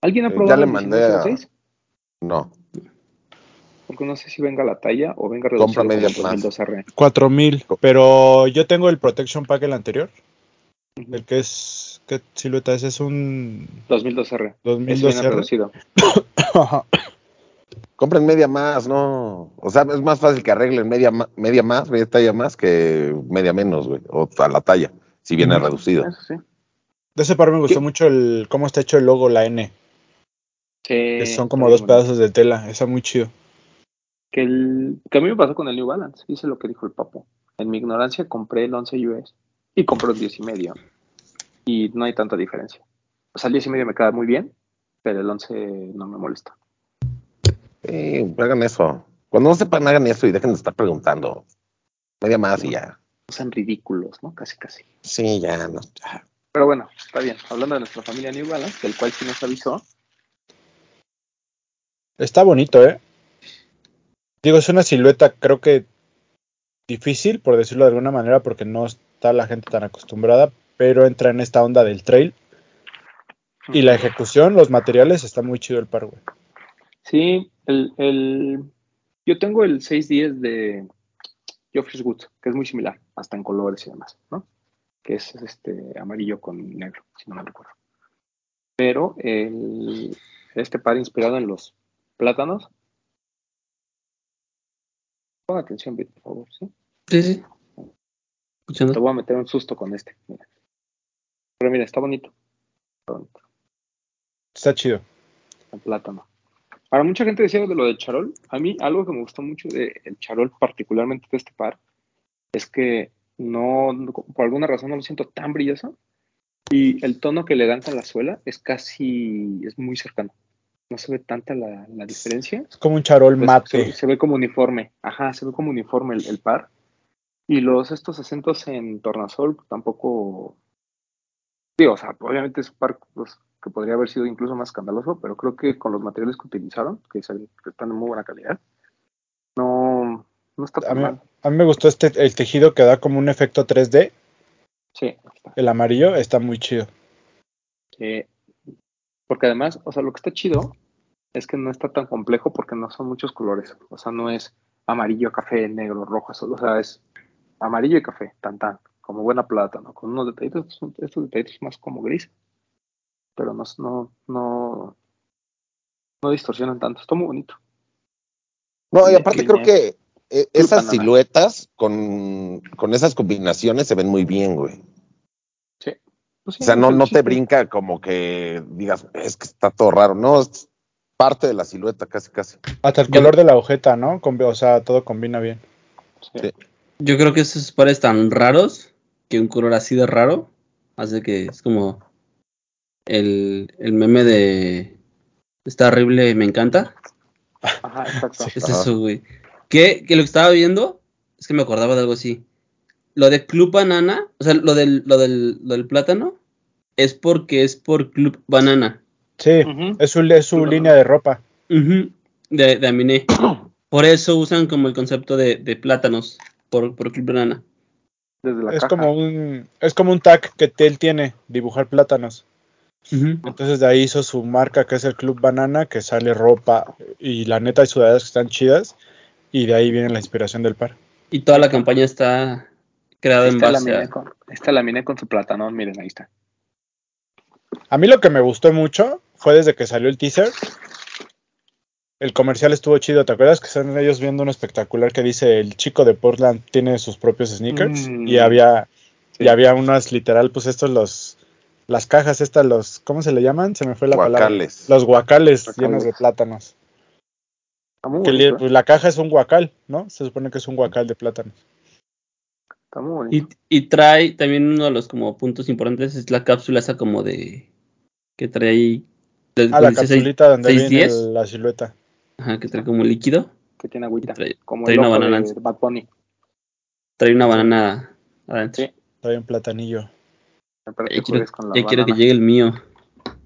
B: ¿Alguien ha
C: Eh,
B: probado
C: ya le
B: el
C: mandé a-
B: 1906?
C: No.
B: Porque no sé si venga la talla o venga reducido
C: Compra
B: como el
C: medias más.
B: 2002 R.
E: 4000. Pero yo tengo el Protection Pack, el anterior.
B: Ujú.
E: El que es. ¿Qué silueta es? Es un.
B: 2002 R. Es
E: 2012
B: bien reducido.
E: Ajá.
C: Compren media más, no. O sea, es más fácil que arreglen media, ma- media más, media talla más que media menos, güey. O a la talla, si viene
E: Ujú.
C: reducido.
B: Eso sí.
E: (laughs) De ese par me gustó
C: ¿Qué?
E: mucho el cómo está hecho el logo, la N.
B: Sí,
E: que son
B: está
E: como
B: bien
E: dos
B: bonito.
E: pedazos de tela. Está muy chido.
B: que, el, que a mí me pasó con el New Balance, hice lo que dijo el papo. En mi ignorancia compré el 11 US y compré un 10 y medio y no hay tanta diferencia. O sea, el 10 y medio me queda muy bien, pero el 11 no me molesta.
C: Sí, hagan eso. Cuando no sepan, hagan eso y dejen de estar preguntando. Media más y ya.
B: No sean ridículos, ¿no? Casi, casi.
C: Sí, ya, no. ya.
B: Pero bueno, está bien. Hablando de nuestra familia New Balance, del cual sí nos avisó,
E: Está bonito, ¿eh? Digo, es una silueta, creo que difícil, por decirlo de alguna manera, porque no está la gente tan acostumbrada, pero entra en esta onda del trail. Y la ejecución, los materiales, está muy chido el par, güey.
B: Sí, el, el, yo tengo el 610 de Geoffrey's Good, que es muy similar, hasta en colores y demás, ¿no? Que es este amarillo con negro, si no me recuerdo. Pero el, este par inspirado en los plátanos. Pon atención, Vic, por favor, ¿sí?
D: Sí, sí.
B: Te
D: Escuchando.
B: voy a meter un susto con este, mira. Pero mira, está bonito,
E: Está chido.
B: el plátano. Para mucha gente decía de lo del charol, a mí algo que me gustó mucho del charol, particularmente de este par, es que no, no- por alguna razón no lo siento tan brilloso y el tono que le dan con la suela es casi, es muy cercano. no se ve tanta la, la diferencia.
E: Es como un charol
B: Pues,
E: mate.
B: Se, se ve como uniforme, ajá, se ve como uniforme el, el par. Y los estos acentos en tornasol pues, tampoco. Digo, o sea, obviamente es un par pues, que podría haber sido incluso más escandaloso, pero creo que con los materiales que utilizaron, que, se- que están de muy buena calidad, no, no está
E: A
B: tan
E: mí,
B: mal.
E: a mí me gustó este el tejido que da como un efecto 3D.
B: Sí, está.
E: El amarillo está muy chido.
B: Eh, porque además, o sea, lo que está chido es que no está tan complejo porque no son muchos colores. O sea, no es amarillo, café, negro, rojo, azul. O sea, es amarillo y café, tan tan, como buena plátano, con unos detallitos, estos detallitos más como gris. Pero no, no, no, no distorsionan tanto. Está muy bonito.
C: No, y
B: Línea-
C: aparte creo
B: línea.
C: que eh, esas
B: Lupa nada.
C: siluetas con, con esas combinaciones se ven muy bien, güey.
B: Pues sí,
C: O sea, no,
B: es el
C: no te
B: chiste.
C: brinca como que digas, es que está todo raro, no, es parte de la silueta casi, casi.
E: Hasta el
D: Yo-
E: color de la agujeta, ¿no? Combi- o sea, todo combina bien.
B: Sí.
C: Sí.
D: Yo creo que esos pares tan raros, que un color así de raro, hace que es como el, el meme de está horrible, me encanta.
B: Ajá, exacto.
E: Sí.
D: Es
C: Ajá.
D: eso, güey. Que, que lo que estaba viendo es que me acordaba de algo así. Lo de Club Banana, o sea, lo del, lo del, lo del plátano, es porque es por Club Banana.
E: Sí,
B: Ujú.
E: es su, es su
B: Ujú.
E: línea de ropa.
D: Ujú, de, de
E: (coughs)
D: Aminé. Por eso usan como el concepto de, de plátanos por, por Club Banana.
B: Desde la
E: Es
B: caja.
E: como un es como un tag que t- él tiene, dibujar plátanos.
D: Ujú.
E: Entonces de ahí hizo su marca que es el Club Banana, que sale ropa y la neta hay sudaderas que están chidas y de ahí viene la inspiración del par.
D: Y toda la campaña está creada en
B: Está la
D: base
B: mina
D: a...
B: con, está la mina con su plátano, miren, ahí está.
E: A mí lo que me gustó mucho fue desde que salió el teaser. El comercial estuvo chido, ¿te acuerdas que están ellos viendo un espectacular que dice el chico de Portland tiene sus propios sneakers?
B: Mm.
E: Y había,
B: Sí.
E: y había unas literal, pues estos los, las cajas estas, los, ¿cómo se le llaman? Se me fue la palabra.
C: Guacales. Uh,
E: Los guacales,
B: Guacales.
E: llenos de plátanos.
B: Está muy
E: Que le-
B: bonito.
E: pues, la caja es un guacal, ¿no? Se supone que es un guacal de plátanos.
B: Está muy bonito.
D: Y, y trae también uno de los como puntos importantes es la cápsula esa como de... que trae ahí... de-
E: Ah, la
D: dice seis-
E: capsulita donde viene
D: 610.
E: el- la silueta.
D: Ajá, que trae como líquido.
B: que tiene agüita.
D: Trae-
B: como
D: trae
B: el
D: una
B: ojo
D: banana
B: de
D: en-
B: Bad Bunny.
D: Trae una banana adentro.
B: Sí,
E: Trae un platanillo.
B: Espero
D: Ya
B: que
D: quiero,
B: juegues con la
D: ya quiero que
B: banana.
D: llegue el mío.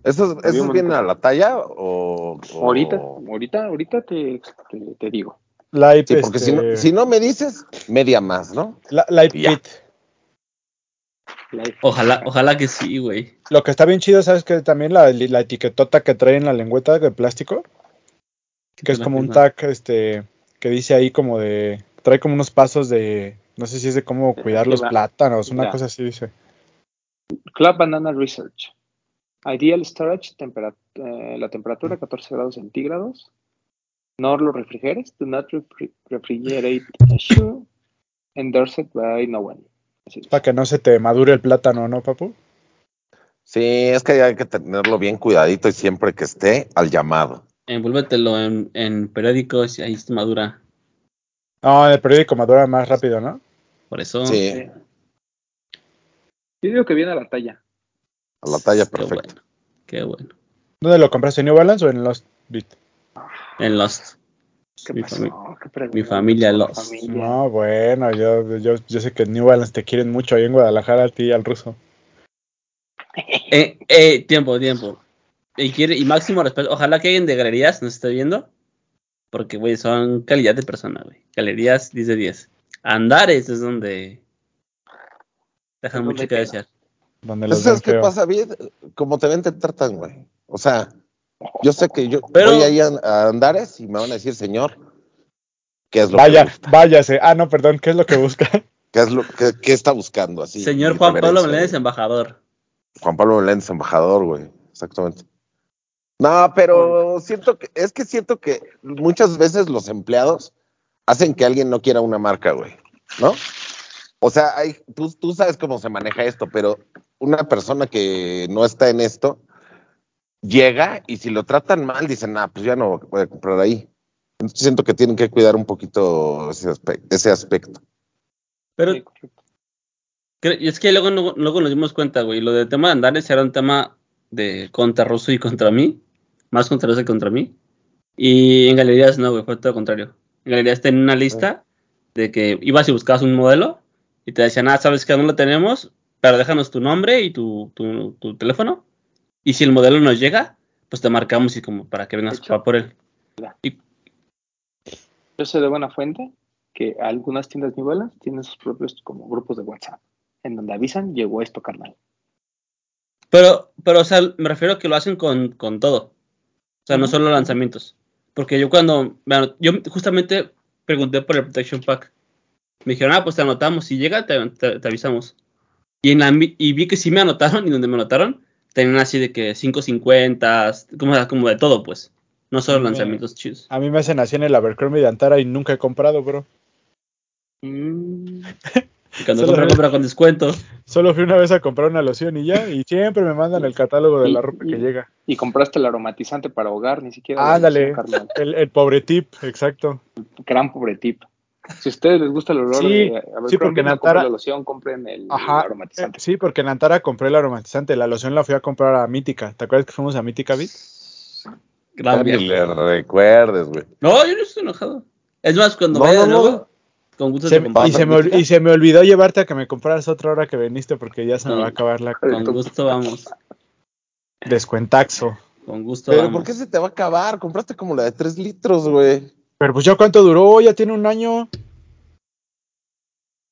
C: ¿Esos,
B: bien
C: esos vienen
B: bonito.
C: a la talla o...? o-
B: Ahorita,
D: Oh.
B: ahorita, ahorita te, este, te, te digo.
E: Live,
C: Sí, porque si, no,
E: este,
C: si no me dices, media más, ¿no?
E: la- Live
C: Ya.
E: Pit.
B: Live.
D: Ojalá, ojalá que sí, güey.
E: Lo que está bien chido, ¿sabes? Que también la, la etiquetota que trae en la lengüeta de plástico, que es
D: la
E: como un
D: firma.
E: tag, este, que dice ahí como de, trae como unos pasos de, no sé si es de cómo cuidar los
B: Mira,
E: plátanos, una
B: mira.
E: cosa así dice.
B: Club Banana Research. Ideal storage, tempera- eh, la temperatura 14 grados centígrados. No lo refrigeres. Do not refri- refrigerate a shoe. Endorsed by no one. Así es.
E: Para que no se te madure el plátano, ¿no, papu?
C: Sí, es que hay que tenerlo bien cuidadito y siempre que esté al llamado.
D: Envuélvetelo Eh, en, en periódicos, ahí está madura.
E: No, el periódico madura más rápido, ¿no?
D: Por eso.
C: Sí,
B: Eh, Yo digo que viene a la talla.
C: a la talla
D: Qué
C: perfecta.
D: bueno. Qué bueno.
E: ¿Dónde lo compraste? ¿En New Balance o en Lost Beat?
D: En Lost.
B: ¿Qué
D: Mi
B: pasó?
D: fami-
B: ¿Qué pregunta?
D: mi familia
B: La
D: los-
B: familia.
E: No, bueno, yo, yo, yo sé que en New Balance te quieren mucho ahí en Guadalajara a ti y al ruso.
D: Eh, eh, tiempo, tiempo. Y, quiere, y máximo respeto. Ojalá que alguien de galerías nos esté viendo. Porque, güey, son calidad de persona, güey. Galerías 10 de 10. Andares es donde. Dejan
B: Es
D: mucho
B: donde
D: que
B: queda.
D: desear.
E: Donde
C: Pues,
E: los ven
C: ¿Sabes qué
E: feo.
C: pasa, bien? Como te ven, te tratan, güey. O sea, yo sé que yo
D: Pero-
C: voy ahí a, a Andares y me van a decir, señor, ¿qué es lo
E: Vaya,
C: que busca?
E: váyase. Ah, no, perdón, ¿qué es lo que busca? (laughs)
C: ¿Qué, es lo, qué, qué está buscando? Así,
D: Señor
C: mi
D: Juan Pablo
C: reverencia,
D: Meléndez,
C: güey.
D: embajador.
C: Juan Pablo Meléndez, embajador, güey. Exactamente. No, pero siento que, es que siento que muchas veces los empleados hacen que alguien no quiera una marca, güey, ¿no? O sea, hay, tú, tú sabes cómo se maneja esto, pero una persona que no está en esto llega y si lo tratan mal dicen, ah, pues ya no voy a comprar ahí. Entonces siento que tienen que cuidar un poquito ese aspecto. Ese aspecto.
D: Pero
B: Sí, correcto.
D: Cre- Y es que luego, no- luego nos dimos cuenta, güey. Lo del tema de Andares era un tema de contra Russo y contra mí. más contra que contra mí. Y en galerías no, güey, fue todo lo contrario. En galerías tenía una
B: Ah.
D: lista de que ibas y buscabas un modelo y te decían, ah, sabes que aún no lo tenemos, pero déjanos tu nombre y tu, tu, tu teléfono. Y si el modelo nos llega, pues te marcamos y como para que vengas
B: De
D: a
B: hecho,
D: jugar por él.
B: Yo sé de buena fuente que algunas tiendas nivelas tienen sus propios como grupos de WhatsApp, en donde avisan, llegó esto, carnal.
D: Pero, pero, o sea, me refiero a que lo hacen con, con todo. O sea, no
B: Ujú.
D: solo lanzamientos. Porque yo cuando, bueno, yo justamente pregunté por el Protection Pack. Me dijeron, ah, pues te anotamos. Si llega, te, te- te avisamos. Y, en la mi- y vi que sí me anotaron y donde me anotaron, tenían así de que 550, como, como de todo, pues. No solo
E: Ujú.
D: lanzamientos chidos.
E: A mí me hacen así en el Abercrombie de Antara y nunca he comprado, bro. Mm.
D: Y cuando
E: Solo-
D: compra, compra con descuento.
E: Solo fui una vez a comprar una loción y ya, y siempre me mandan el catálogo de la ropa que llega.
B: Y compraste el aromatizante para hogar, ni siquiera. la
E: Ándale,
B: loción, carnal.
E: el, el pobre tip, exacto.
B: Gran pobre tip. Si a ustedes les gusta el olor
E: Sí,
B: de
E: sí, porque
B: no
E: Natara-
B: compren la loción, compren el,
E: Ajá, eh,
B: el aromatizante.
E: Sí, porque en Antara compré el aromatizante, la loción la fui a comprar a Mítica. ¿Te acuerdas que fuimos a Mítica, Vic?
D: Gran
C: Ni
D: viaje.
C: le recuerdes, güey.
D: No, yo no estoy enojado. Es más, cuando
C: No,
D: vaya de
C: no, no.
D: nuevo, con gusto
E: Se-
D: te
E: y,
D: compro.
E: se me, ol- y se me olvidó llevarte a que me compraras otra hora que viniste porque ya se me
D: Con-
E: va a acabar la
D: Con gusto vamos.
E: descuentaxo.
D: Con gusto
C: Pero
D: vamos.
C: ¿por qué se te va a acabar? Compraste como la de 3 litros, güey.
E: Pero pues ya cuánto duró, ya tiene un año.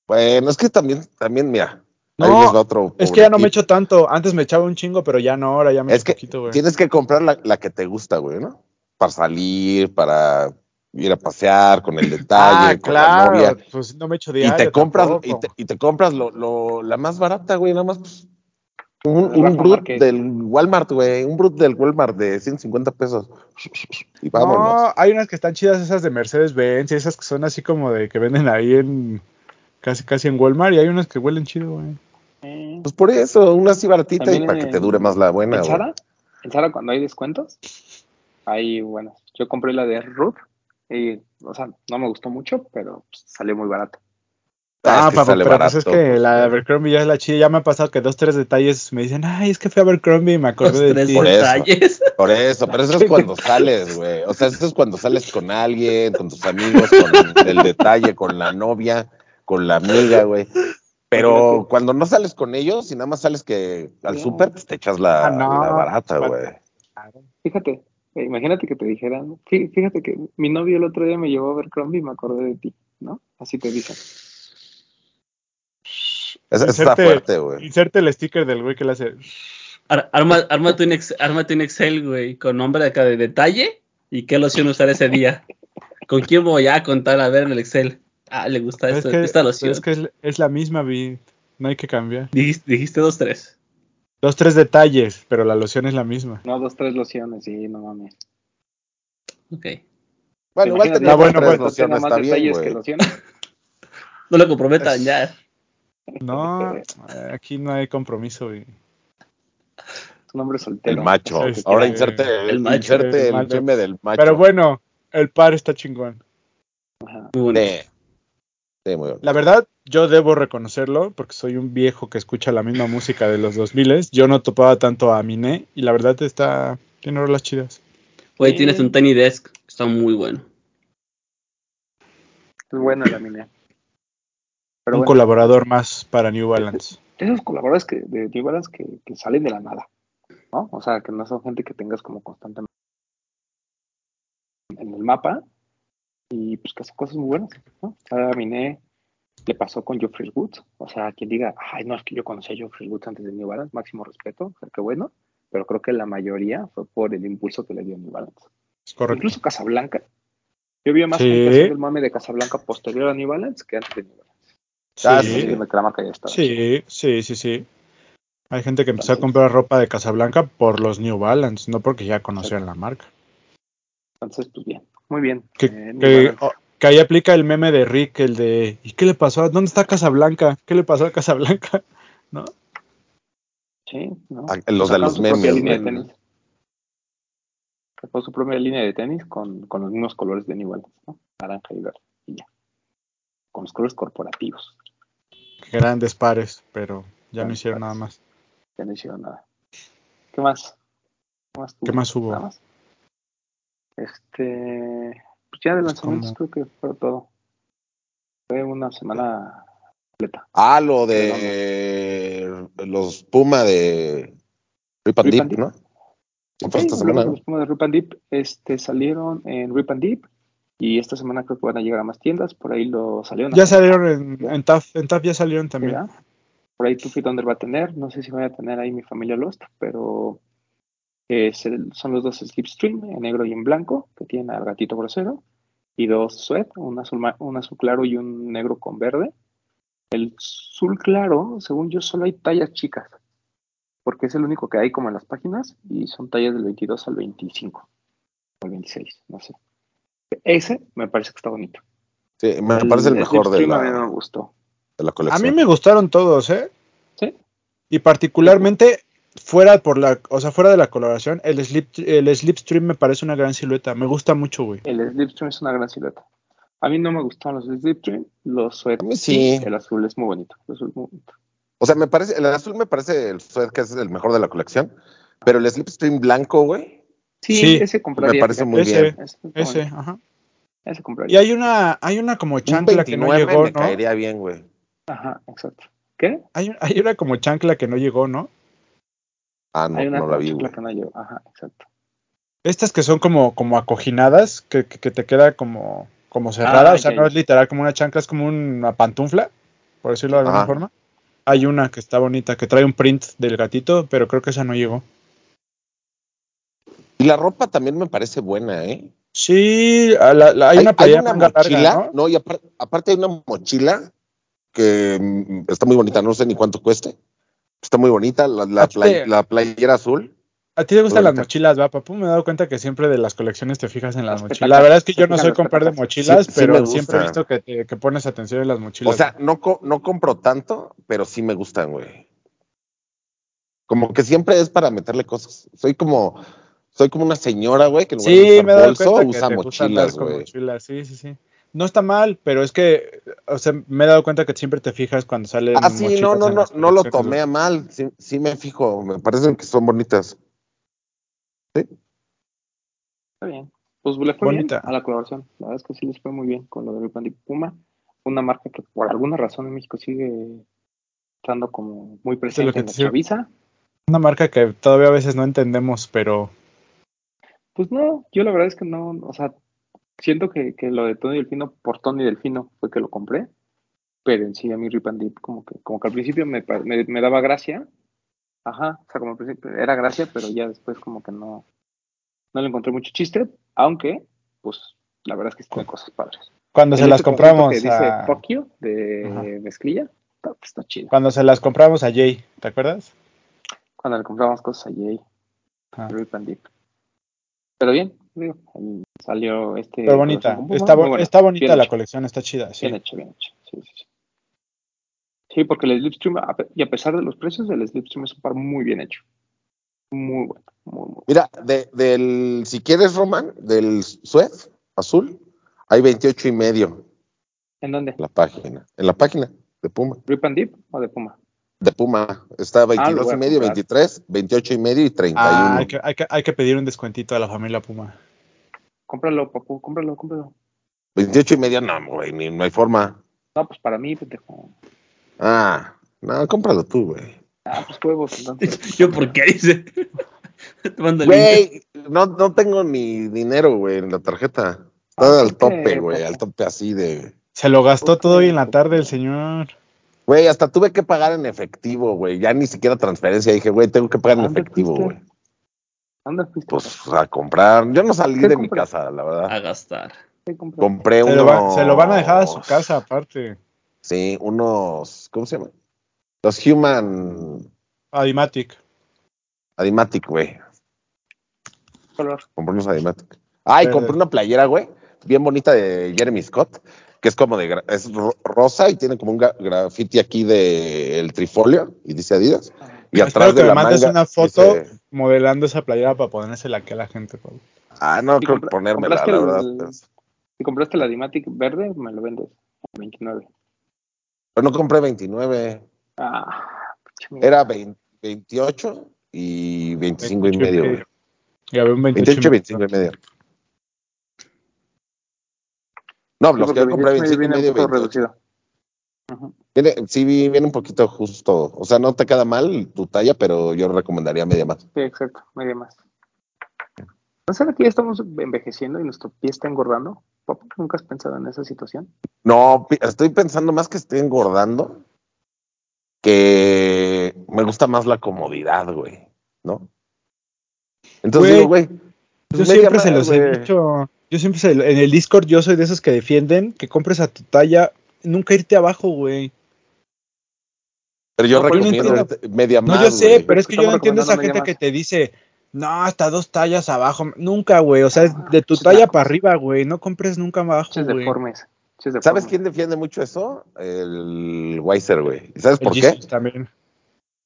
C: Bueno, es que también, también, mira. ahí
E: No,
C: les va otro
E: Es que ya no me
C: pobre
E: echo tanto. Antes me echaba un chingo, pero ya no, ahora ya me
C: Es
E: echo
C: que
E: poquito, güey.
C: Tienes que comprar la, la que te gusta, güey, ¿no? Para salir, para ir a pasear
E: (clears throat)
C: con el detalle,
E: Ah,
C: con la novia.
E: claro, pues no me echo
C: Y
E: diario.
C: te compras, y te,
E: tampoco.
C: y te compras lo, lo- la más barata, güey, nada más. pues, un
B: Rafa
C: un Brut
B: Márquez.
C: del Walmart, güey. Un Brut del Walmart de 150 pesos. (laughs) Y vámonos.
E: No, hay unas que están chidas, esas de Mercedes-Benz y esas que son así como de que venden ahí en casi casi en Walmart y hay unas que huelen chido, güey.
B: Eh,
C: Pues por eso, una así baratita y
B: También
C: para que
B: en-
C: te dure más la buena,
B: ¿En
C: güey.
B: Sara? ¿En Sara cuando hay descuentos? Ahí, bueno, yo compré la de Ruth y, o sea, no me gustó mucho, pero pues, salió muy barato.
C: Ah, es que
E: papá,
C: sale
E: pero
C: barato.
E: pues es que
C: pues,
E: la de
C: güey.
E: Abercrombie ya es la chida. Ya me ha pasado que dos, tres detalles me dicen, ay, es que fui a Abercrombie y
D: Los
E: me acordé de
D: tres
E: ti.
C: Por eso.
D: detalles. (laughs)
C: Por eso, pero eso es
E: (laughs)
C: cuando sales, güey. O sea, eso es cuando sales con alguien, con tus amigos, con el detalle, con la novia, con la amiga, güey. Pero cuando no sales con ellos y nada más sales que al
B: No.
C: súper, pues te echas la,
E: Ah, no.
C: la barata, güey.
B: Fíjate, eh, imagínate que te dijeran, "Fí- fíjate que mi novio el otro día me llevó a ver Crombie y me acordé de ti, ¿no? Así te dicen.
C: Eso, eso está
E: Inserte-
C: fuerte, güey.
E: Inserte el sticker del güey que le hace.
D: Ar- arma, ármate un ex- ármate un Excel, güey, con nombre de cada detalle y qué loción usar ese día. ¿Con quién voy a contar? A ver en el Excel. Ah, le gusta
E: Pero
D: esto,
E: es que,
D: esta
E: pero
D: loción.
E: es, que es, es la misma, vi. No hay que cambiar.
D: dijiste, dijiste dos, tres.
E: Dos, tres detalles, pero la loción es la misma.
B: No, dos, tres lociones, sí, no mames.
D: Ok.
C: Bueno, igual
B: Imagínate,
C: tener
E: Ah, bueno,
C: tres
E: bueno.
B: Tenga
C: lociones
B: más
C: está bien,
B: detalles que
C: güey.
B: lociones.
D: No lo comprometan
E: Es-
D: ya.
E: No, eh, aquí no hay compromiso, güey.
B: Tu nombre es soltero.
C: El macho.
E: Este,
C: Ahora inserte
D: el
C: el,
D: macho.
C: inserte
E: El
C: el
E: macho.
C: meme del macho.
E: Pero bueno, el par está chingón.
B: Ajá.
D: Muy bonito.
C: Sí. Sí, muy bueno.
E: La verdad, yo debo reconocerlo, porque soy un viejo que escucha la misma música de los 2000. Yo no topaba tanto a Miné, y la verdad está... Tiene rolas chidas.
D: Güey,
B: Sí.
D: tienes un Tiny Desk. Está muy bueno. (laughs)
B: Es buena la mina. Pero
E: un
B: bueno,
E: colaborador más para New Balance.
B: esos colaboradores que, de New Balance que, que salen de la nada, ¿no? O sea, que no son gente que tengas como constantemente en el mapa y pues que hacen cosas muy buenas, ¿no? A Miné le pasó con Geoffrey Woods, o sea, quien diga, ay, no, es que yo conocí a Geoffrey Woods antes de New Balance, máximo respeto, o sea, qué bueno, pero creo que la mayoría fue por el impulso que le dio New Balance.
E: Es correcto.
B: Incluso Casablanca. Yo vi más
E: Sí.
B: gente haciendo el mame de Casablanca posterior a New Balance que antes de New Balance.
C: Ah,
E: Sí.
B: Así que me clama que ya está.
E: Sí, sí, sí, sí. Hay gente que empezó a
B: Entonces-
E: comprar ropa de Casablanca por los New Balance, no porque ya conocían la marca.
B: Entonces, pues bien, muy bien.
E: Que,
B: Eh, New
E: que-
B: Balance.
E: o- que ahí aplica el meme de Rick, el de ¿y qué le pasó? a- ¿Dónde está Casablanca? ¿Qué le pasó a Casablanca? (laughs) ¿No?
B: Sí, ¿no?
C: Ah, Los de
B: Sacaron
C: los
B: su propia
C: memes,
B: línea de
C: güey.
B: tenis. Sacó su propia línea de tenis con, con los mismos colores de New Balance, ¿no? Naranja y verde. Y ya. Con los colores corporativos.
E: Grandes pares, pero ya no
B: Grandes
E: hicieron nada
B: pares.
E: más.
B: Ya no hicieron nada. ¿Qué más? ¿Qué más, tuvo?
E: ¿Qué más hubo?
B: Nada más. Este, pues ya de lanzamientos creo
E: ¿Cómo?
B: que fue todo. Fue una semana completa.
C: Ah, lo de los Puma de Rip and
B: Rip
C: Dip,
B: and Dip.
C: ¿no? Que fue
B: Sí, hablamos
C: esta semana,
B: de
C: ¿no?
B: los Pumas de Rip and Deep, este, salieron en Rip and Deep y esta semana creo que van a llegar a más tiendas, por ahí lo salieron.
E: Ya
B: hasta-
E: salieron en, en TAF, en TAF ya salieron también.
B: ¿verdad? Por ahí Tuffy Thunder va a tener, no sé si van a tener ahí mi familia Lost, pero eh, se- son los dos Slipstream, en negro y en blanco, que tienen al gatito grosero, y dos Sweat, un azul, ma- un azul claro y un negro con verde. El azul claro, según yo, solo hay tallas chicas, porque es el único que hay como en las páginas, y son tallas del 22 al 25, o al 26, no sé. Ese me parece que está bonito.
C: Sí, me parece el mejor de
B: Slipstream a mí no me
C: la,
B: gustó.
C: de la
E: A
C: colección.
E: mí me gustaron todos, ¿eh?
B: ¿Sí?
E: Y particularmente fuera por la, o sea, fuera de la coloración, el slip el slipstream me parece una gran silueta, me gusta mucho, güey.
B: El Slipstream es una gran silueta. A mí no me gustaron los Slipstream, los suéteres.
C: A mí sí.
B: El azul es muy bonito. el azul es muy bonito.
C: O sea, me parece, el azul me parece el suéter que es el mejor de la colección, pero el Slipstream blanco, güey,
B: Sí,
E: Sí,
B: ese compraría.
C: me parece
B: fíjate.
C: muy
E: Ese.
C: bien.
B: Ese, está
E: Ese,
B: bonito,
E: ajá.
B: ese
E: Y
B: compraría.
E: hay una hay una como
C: Un
E: chancla que no
C: 29
E: llegó,
C: me
E: ¿no?
C: caería bien, güey.
B: Ajá, exacto. ¿Qué?
E: Hay, hay una como chancla que no llegó, ¿no?
C: Ah, no,
B: Hay una
C: no la vi,
B: chancla
C: güey.
B: que no llevo. Ajá, exacto.
E: Estas que son como como acoginadas, que, que, que te queda como como cerrada,
B: Ah,
E: o sea,
B: ya,
E: no
B: ya.
E: es literal como una chancla, es como una pantufla, por decirlo de alguna
C: Ajá.
E: forma. Hay una que está bonita, que trae un print del gatito, pero creo que esa no llegó.
C: Y la ropa también me parece buena, ¿eh?
E: Sí, a la- la- hay, una playera manga
C: mochila,
E: larga, ¿no?
C: ¿no? y apar- aparte hay una mochila que mm, está muy bonita, no sé ni cuánto cueste. Está muy bonita, la, la
E: ¿A ti te-
C: play- la playera azul.
E: A ti te gustan las
C: Bonita.
E: mochilas, va, papu. Me he dado cuenta que siempre de las colecciones te fijas en las
B: Las
E: mochilas.
B: petacas,
E: La verdad es que
B: se
E: yo no
B: fijan
E: soy
B: las
E: comprar de
B: petacas.
E: mochilas,
C: Sí, sí me
E: pero
C: gusta.
E: siempre he visto que, te- que pones atención en las mochilas.
C: O sea, no, co- no compro tanto, pero sí me gustan, güey. Como que siempre es para meterle cosas. Soy como, soy como una señora, güey, que en lugar de
E: sí,
C: usar
E: me he dado
C: bolso,
E: cuenta que
C: usa
E: te gusta andar
C: mochilas,
E: con
C: güey.
E: mochilas. Sí, sí, sí. No está mal, pero es que, o sea, me he dado cuenta que siempre te fijas cuando salen
C: Ah, sí,
E: mochilas
C: no, no,
E: en
C: no,
E: las
C: no lo
E: colecciones,
C: tomé a mal. Sí, sí me fijo, me parecen que son bonitas.
B: Está bien. Pues le fue
E: Bonita.
B: bien a la colaboración. La verdad es que sí les fue muy bien con lo de Rip and Deep Puma. Una marca que por alguna razón en México sigue estando como muy presente
E: que
B: en
E: te
B: la
E: sirve.
B: chaviza.
E: Una marca que todavía a veces no entendemos, pero
B: Pues no, yo la verdad es que no, o sea, siento que, que lo de Tony Delfino por Tony Delfino fue que lo compré, pero en sí a mí Rip and Dip como que, como que al principio me, pa- me, me daba gracia, ajá, o sea, como al principio era gracia, pero ya después como que no, no le encontré mucho chiste, aunque, pues, la verdad es que tiene cosas padres.
E: cuando se
B: El
E: las
B: este conjunto
E: compramos
B: Que dice
E: a,
B: Fuck you, de
E: Ajá.
B: mezclilla, está, pues, está chido.
E: cuando se las compramos a Jay, ¿te acuerdas?
B: Cuando le comprábamos cosas a Jay,
E: Ajá.
B: Rip and Dip. Pero bien, digo, salió este...
E: Pero bonita,
B: Corazón con Puma,
E: está,
B: muy
E: bo-
B: buena,
E: está bonita
B: bien
E: la
B: hecho.
E: colección, está chida, sí.
B: Bien hecho, bien hecho. Sí, sí, sí. Sí, porque el Slipstream, a pe- y a pesar de los precios, el Slipstream es un par muy bien hecho. Muy bueno, muy, muy bueno.
C: Mira, de- del, si quieres, Román, del Suez azul, hay 28 y medio
B: ¿En dónde?
C: en la página, en la página de Puma,
B: ¿Rip and Dip o de Puma?
C: de Puma. Está 22
B: Ah, voy a
C: y medio,
B: comprar.
C: 23, 28 y medio y 31.
E: Ah, hay, que, hay que- hay que pedir un descuentito a la familia Puma.
B: Cómpralo, papu, cómpralo, cómpralo.
C: 28 y medio, no, güey, ni, no hay forma.
B: No, pues para mí, pendejo.
C: Ah, no, cómpralo tú, güey.
B: Ah, pues huevos, entonces.
D: (laughs) Yo, ¿por qué dice? Te mando el link.
C: Güey, no, no tengo ni dinero, güey, en la tarjeta. Está
B: Ah,
C: al
B: ¿por
C: tope,
B: qué,
C: güey,
B: papá?
C: al tope así de...
E: Se lo gastó
B: Ok,
E: todo hoy en la
B: ok.
E: tarde el señor.
C: Güey, hasta tuve que pagar en efectivo, güey. Ya ni siquiera transferencia. Dije, güey, tengo que pagar en
B: ¿A dónde
C: efectivo,
B: fuiste?
C: güey.
B: ¿Dónde fuiste?
C: Pues a comprar. Yo no salí
B: ¿Qué
C: de mi
B: compras?
C: casa, la
D: a
C: verdad.
D: gastar.
B: ¿Qué compraste?
C: Compré
E: Se
C: unos.
E: lo, va- se lo van a dejar a su casa aparte.
C: Sí, unos. ¿Cómo se llama? Los Human
E: Adimatic.
C: Adimatic, güey.
B: ¿Qué color?
C: Compré unos Adimatic. Ay,
E: Verde.
C: compré una playera, güey. Bien bonita de Jeremy Scott. Que es como de. gra- Es ro- rosa y tiene como un gra- graffiti aquí de el trifolio. Y dice Adidas. Y
E: Ah. Espero
C: atrás
E: que
C: de
E: me
C: la
E: mandes
C: manga
E: una foto
C: dice-
E: modelando esa playera para ponérsela aquí a la gente. Pablo.
C: Ah, no,
B: ¿Y
C: creo que
B: compra-
C: ponérmela,
B: compraste
C: la
B: el-
C: verdad. pues.
B: Si compraste la Dimatic verde, me lo vendes. a 29.
C: Pero no compré 29,
B: Ah, pinche mierda.
C: era 20 28 y 25 y
E: 28 y
C: medio.
E: medio.
C: güey.
E: Ya veo un
C: 28 y
E: 28. y medio.
C: 25 y medio. No,
B: Sí,
C: los
B: porque
C: que yo compré
B: 28
C: 25 y
B: viene un
C: medio,
B: poco
C: 28.
B: reducido. Ajá.
C: Viene- sí, viene un poquito justo. O sea, no te queda mal tu talla, pero yo recomendaría media más.
B: Sí, exacto, media más. ¿No será que ya estamos envejeciendo y nuestro pie está engordando? Papá, ¿nunca has pensado en esa situación?
C: No, pi- estoy pensando más que estoy engordando, que me gusta más la comodidad, güey, ¿no? Entonces
E: Güey,
C: digo, güey,
E: Yo
C: pues
E: siempre
C: media
E: se
C: más,
E: los he
C: güey.
E: dicho. Yo siempre se lo- en el Discord yo soy de esos que defienden que compres a tu talla, nunca irte abajo, güey.
C: Pero yo
B: No, pues, yo no
C: recomiendo
E: entiendo.
C: ahorita media
E: No,
C: más,
E: yo sé,
C: güey.
E: pero es que yo no
B: Estamos
E: entiendo esa gente
B: recomendando
E: que
B: media
E: te dice, no, hasta dos tallas abajo. Nunca, güey. O sea, es de tu
B: Pinches
E: talla
B: nacos.
E: para arriba, güey. No compres nunca abajo,
B: Pinches
E: güey.
B: deformes. pinches
C: ¿Sabes
B: deformes.
C: quién defiende mucho eso? El Weiser, güey. ¿Y ¿Sabes
E: El
C: por qué?
E: Jesus también.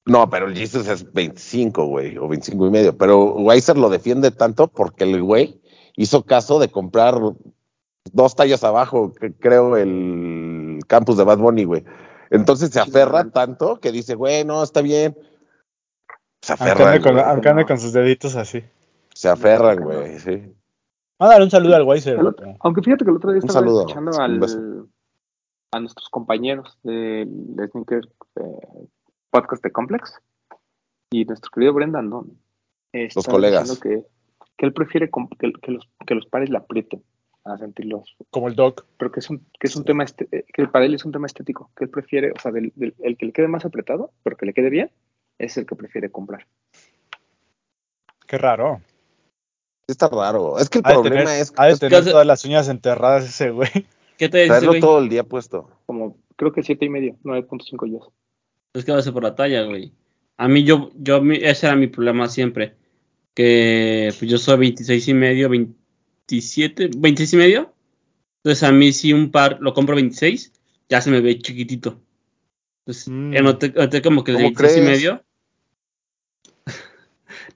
C: No, pero el Jesus es 25, güey, o 25 y medio. Pero Weiser lo defiende tanto porque el güey hizo caso de comprar dos tallas abajo, que creo, el campus de Bad Bunny, güey. Entonces se aferra tanto que dice, güey, no, está bien. Se
E: Aunque
C: aferran,
E: ande Ah, con,
C: güey.
E: aunque ande
B: no.
E: con sus deditos así.
C: Se aferran, güey, sí.
E: Va a dar un saludo al Weiser.
B: El otro- aunque fíjate que el otro día
C: Un
B: estaba
C: saludo,
B: escuchando
C: un
B: al,
C: beso.
B: a nuestros compañeros del Sneaker eh, Podcast de Complex y nuestro querido Brendan Don. eh,
C: Los
B: estaba
C: colegas.
B: diciendo Que, que él prefiere comp- que, que los, que los pares le aprieten a sentirlos,
E: Como el Doc.
B: pero que es un, que es un tema, este- eh, que para él es un tema estético, que él prefiere, o sea, del- del- el que le quede más apretado, pero que le quede bien, es el que prefiere comprar.
E: Qué raro.
C: Está raro. Es que el
E: Ha de
C: problema
E: tener,
C: es
E: ha de
C: que
E: tener
D: que-
E: todas las uñas enterradas ese, güey.
D: ¿Qué te dice,
C: traerlo
D: güey?
C: todo el día puesto.
B: Como creo que siete y medio, 9.5 yo.
D: Es que va a ser por la talla, güey. A mí, yo, yo, mi- ese era mi problema siempre. Que pues, yo soy 26 y medio, 27, 26 y medio. Entonces a mí si un par lo compro 26, ya se me ve chiquitito. Entonces
E: Mm.
D: eh, noté, noté como que el
C: ¿Cómo
D: 26 y
C: crees?
D: medio. (laughs)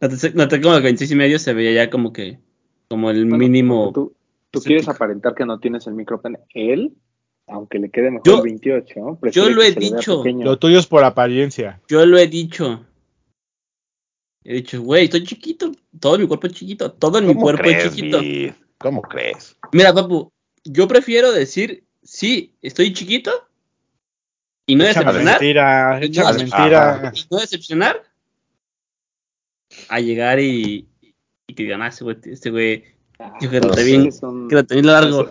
D: noté, noté como que 26 y medio se veía ya como que, como el
B: Bueno,
D: mínimo.
B: Tú, tú
D: estético.
B: quieres aparentar que no tienes el micropene. Él, aunque le quede mejor
D: Yo-
B: el 28, ¿no? Prefiere
D: yo lo
B: que
D: he
B: se le vea
D: dicho.
B: pequeño.
E: Lo tuyo es por apariencia.
D: Yo lo he dicho. He dicho, güey, estoy chiquito. Todo mi cuerpo es chiquito. Todo mi
C: ¿Cómo
D: cuerpo es
C: crees,
D: chiquito.
C: Vid? ¿Cómo crees?
D: Mira, papu, yo prefiero decir, sí, estoy chiquito y no
E: Échame
D: decepcionar.
E: mentira, échame
D: Ajá.
E: mentira.
D: Y no decepcionar. A llegar y, y que digan, ah, este güey, este güey,
B: Ah,
D: yo que lo
C: no
D: tenía
C: sé.
D: bien,
B: es un,
D: que lo tenía largo.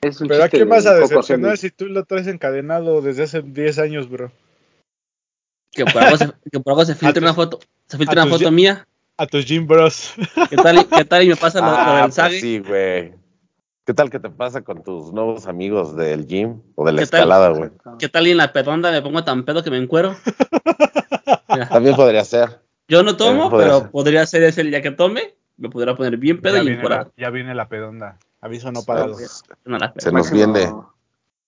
B: es un
E: Pero a
B: chiste
E: quién
B: de
E: vas a
B: Coco
E: decepcionar
B: Celis.
E: si tú lo traes encadenado desde hace 10 años, bro.
D: Que por algo se, que por algo
E: (laughs)
D: se filtra
E: tus-
D: una foto, se
E: a
D: filtra una
E: tus
D: foto
E: ye-
D: mía.
E: A tus gym bros.
D: ¿Qué tal, qué tal y
E: (laughs)
D: me pasa lo, lo
C: Ah,
D: del
C: pues
D: Sage?
C: sí, güey. ¿Qué tal que te pasa con tus nuevos amigos del gym o de la
D: ¿Qué tal?
C: escalada, güey?
D: ¿Qué tal y en la pedonda me pongo tan pedo que me encuero? Mira,
C: También podría ser.
D: yo
E: (laughs)
D: no tomo,
C: También podría
D: pero
C: ser.
D: podría ser ese el día que tome, me podrá poner bien pedo y encuerado.
E: ya viene la pedonda. Aviso no
C: pagado.
D: No, la
C: Se
D: pedo.
C: nos viene.
B: Máximo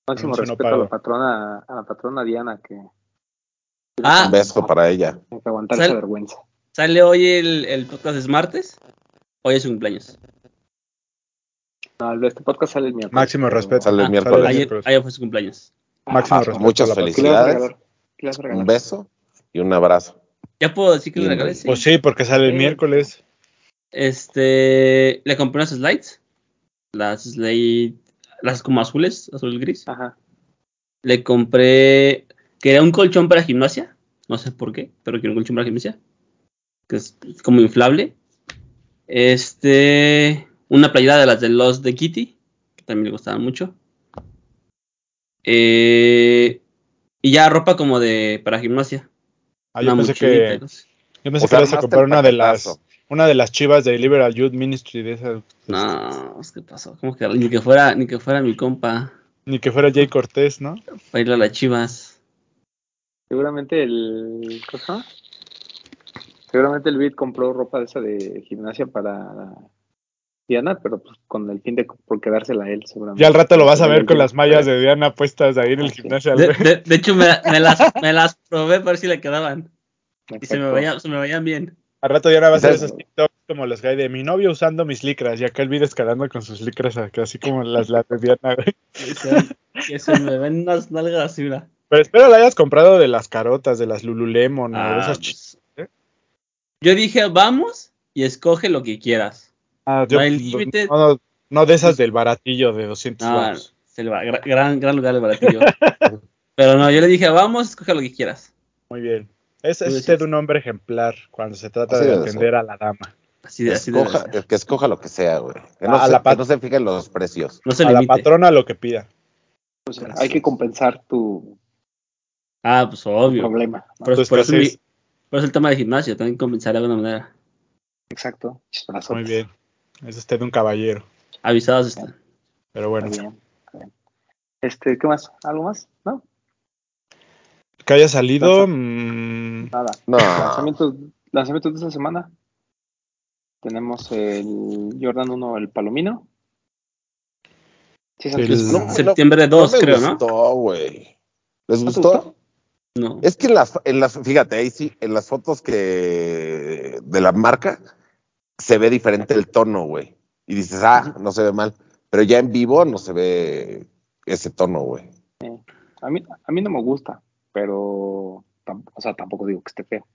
E: Anuncio no
B: respeto a
E: pago.
B: la patrona, a la patrona Diana que
D: Ah,
C: Un beso para ella.
B: tiene que aguantarse
D: Sal-
B: vergüenza.
D: Sale hoy el, el podcast es martes. Hoy es su cumpleaños.
B: No, el- este podcast sale el miércoles.
E: Máximo
B: pero-
E: respeto.
C: Sale el
D: Ah,
C: miércoles.
E: sale
D: Ayer,
E: miércoles.
D: ayer fue su cumpleaños.
C: Ah,
E: Máximo
C: pues,
E: respeto.
C: muchas
E: a la
B: ¿Qué le vas a
C: felicidades.
B: regalar? ¿Qué le vas a regalar?
C: Un beso y un abrazo.
D: Ya puedo decir que le
C: Bien,
D: regalé,
C: güey.
E: patrona.
D: sí.
E: Pues sí, porque sale el
B: Sí.
E: miércoles.
D: Este, le compré unas slides. Las slide, las como azules, azul gris.
B: Ajá.
D: Le compré, quería un colchón para gimnasia. No sé por qué, pero quiero un colchón para gimnasia. Que es como inflable. Este, una playera de las de los de Kitty, que también le gustaban mucho. Eh, y ya ropa como de para gimnasia.
E: Ah, yo
D: una
E: pensé
D: mochilita y
E: que,
D: cosas.
E: yo pensé
C: O sea,
E: que ibas Pues a
C: armaste
E: comprar
C: el
E: una de las
C: paquetazo.
E: una de las chivas de Liberal Youth Ministry de esas.
D: No, pues, ¿qué pasó? Como que ni que fuera, ni que fuera mi compa
E: Ni que fuera Jay Cortés, ¿no?
D: para ir a las chivas.
B: Seguramente el. ¿Cosa? Seguramente el Bit compró ropa de esa de gimnasia para Diana, pero pues con el fin de por quedársela él, seguramente.
E: Ya al rato lo vas a
B: Porque
E: ver
B: él
E: con
B: llegó-
E: las mallas de Diana puestas ahí en el
B: Ah, sí.
E: gimnasio.
D: De,
E: güey.
D: de- de hecho, me, me las, me las probé para ver si le quedaban. Y se me,
B: Exacto.
D: vaya- se me vayan bien.
E: Al rato Diana va a hacer
C: ¿Sabes?
E: esos TikToks como los que hay de mi novio usando mis licras y acá el video escalando con sus licras, acá, así como las, las de Diana, güey.
D: Y se- Que se me ven unas nalgas así, mira.
E: Pero espero la hayas comprado de las carotas, de las Lululemon, o de
D: Ah,
E: esas ch-
D: pues. Yo dije, vamos y escoge lo que quieras.
E: Ah,
D: no hay límite.
E: no, no, No de esas del baratillo de 200
B: Ah,
D: No,
E: varos.
D: es el ba- gra- gran, gran lugar el baratillo. Pero no, yo le dije, vamos, escoge lo que quieras.
E: Muy bien. Es, es
B: pues
D: Tú
E: usted
D: dices.
E: un hombre ejemplar cuando se trata
C: Así
E: de
C: debe
E: atender a la dama.
D: Así de, así de-
C: Escoja- eh, el que escoja lo que sea, güey. Que no, se,
E: A Ah, la pat-
C: que no se fijen los precios.
D: No se
E: A la
D: limite.
E: patrona lo que pida.
B: O sea, hay que compensar tu
D: Ah, pues obvio.
B: problema. ¿no?
D: Por,
E: Tus
D: por eso
E: trastes.
D: mi- por eso el tema de gimnasio, también compensar de alguna manera.
B: Exacto. Chis, brazotes.
E: Muy bien. Es usted un caballero.
D: Avisados este, están.
E: Pero bueno.
B: Está bien, está bien. Este, ¿qué más? ¿Algo más? No,
E: Que haya
B: Pasa.
E: salido. mm,
B: nada.
E: (laughs)
C: No.
B: Lanzamientos, lanzamientos de esta semana. Tenemos el Jordan 1, el Palomino. Sí, es
E: El-
B: antes,
C: No,
B: ¿no?
C: güey,
D: Septiembre 2,
C: me
D: creo, ¿no?
C: gustó, güey. ¿Les
B: ¿No te
C: gustó?
B: gustó?
D: No.
C: Es que en las, en las, fíjate, ahí sí, en las fotos que de la marca se ve diferente el tono, güey. Y dices, ah, no se ve mal. Pero ya en vivo no se ve ese tono, güey.
B: A mí, a mí no me gusta, pero tam- o sea, tampoco digo que esté feo.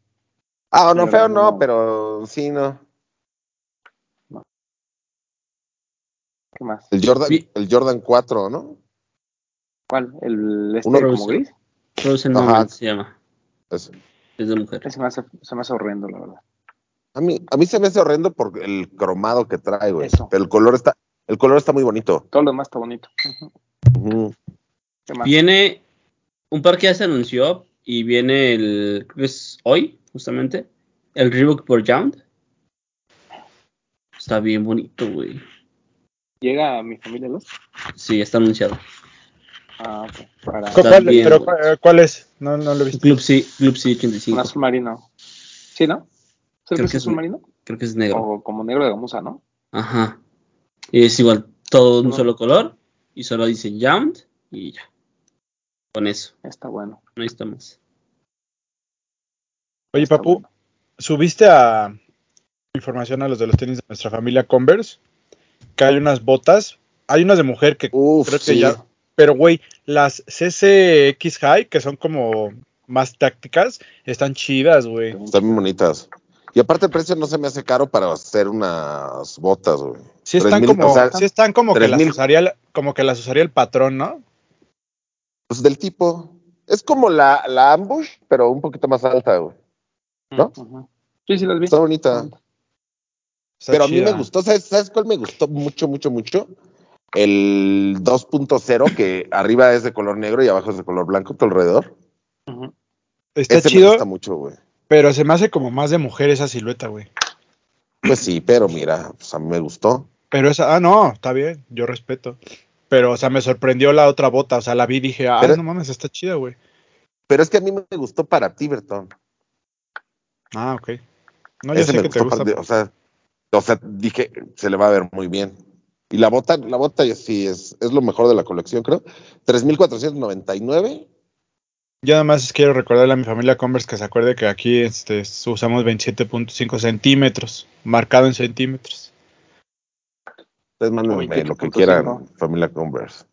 C: Ah, no,
B: Pero
C: feo
B: no.
C: no, pero sí, no.
B: ¿Qué más?
C: El Jordan,
D: Vi-
C: el Jordan 4, ¿no?
B: ¿Cuál? ¿El este
C: Uno-
B: como gris?
D: Frozen
C: Ajá.
D: Moment se llama.
C: Es-
D: Es de mujer.
B: Ese se me hace, se me hace horrendo, la verdad.
C: a, mí, a mí se me hace horrendo por el cromado que trae, güey.
B: Eso.
C: Pero el color está, el color está muy bonito.
B: Todo lo demás está bonito. Ujú.
C: Ujú.
B: ¿Qué más?
D: Viene un par que ya se anunció y viene el, creo que es hoy, justamente, el Reebok por Jound. Está bien bonito, güey.
B: ¿Llega a mi familia los?
D: Sí, está anunciado.
B: Ah, ok. Para
E: ¿cu- ¿Cuál,
D: bien,
E: pero,
D: güey.
E: cu- eh, ¿Cuál es? No, no lo he visto.
D: Club C, Club C
B: un
D: 85.
B: azul marino. ¿Sí, no? ¿Creo que es azul
D: ne-
B: marino?
D: Creo que es negro.
B: O como negro de gamuza, ¿no?
D: Ajá. Y es igual, todo un
B: No.
D: solo color y solo dice Jound y ya. Con eso,
B: Está bueno.
D: no necesito más.
E: Oye,
B: está
E: Papu,
B: bueno.
E: subiste a información a los de los tenis de nuestra familia Converse. Que hay unas botas. Hay unas de mujer que.
C: Uf,
E: Creo que
C: sí.
E: ya- Pero, güey, las CCX High, que son como más tácticas, están chidas, güey.
C: Están bien bonitas. Y aparte el precio no se me hace caro para hacer unas botas, güey.
E: Sí
C: Tres
E: están
C: mil,
E: como,
C: o sea,
E: sí están como que
C: tres
E: las
C: mil.
E: usaría el- como que las usaría el patrón, ¿no?
C: Pues del tipo. Es como la, la ambush, pero un poquito más alta, güey. ¿No?
B: Ujú. Sí, sí, las vi.
C: Está bonita.
E: Está
C: Pero a mí
E: Ah, chida.
C: me gustó, ¿sabes, ¿sabes cuál me gustó mucho, mucho, mucho? El 2.0, que arriba es de color negro y abajo es de color blanco, todo alrededor.
B: Ujú.
E: Está
C: Ese me gusta
E: chido,
C: mucho, güey.
E: pero se me hace como más de mujer esa silueta, güey.
C: Pues sí, pero mira, pues a mí me gustó.
E: Pero esa, ah, no, está bien, yo respeto. Pero, o sea, me sorprendió la otra bota, o sea, la vi y dije, ah,
C: Pero-
E: no mames, está chida, güey.
C: Pero es que a mí me gustó para ti, Bertón.
E: Ah, ok. No, yo
C: Ese
E: sé
C: me
E: que te
C: gustó
E: gusta.
C: para ti, O sea, o sea, dije, se le va a ver muy bien. Y la bota, la bota ya sí es, es lo mejor de la colección, creo. 3.499.
E: Yo nada más quiero recordarle a mi familia Converse que se acuerde que aquí este, usamos 27.5 centímetros, marcado en centímetros.
C: Ustedes mándenme lo que
B: 28.5.
C: quieran, familia Converse.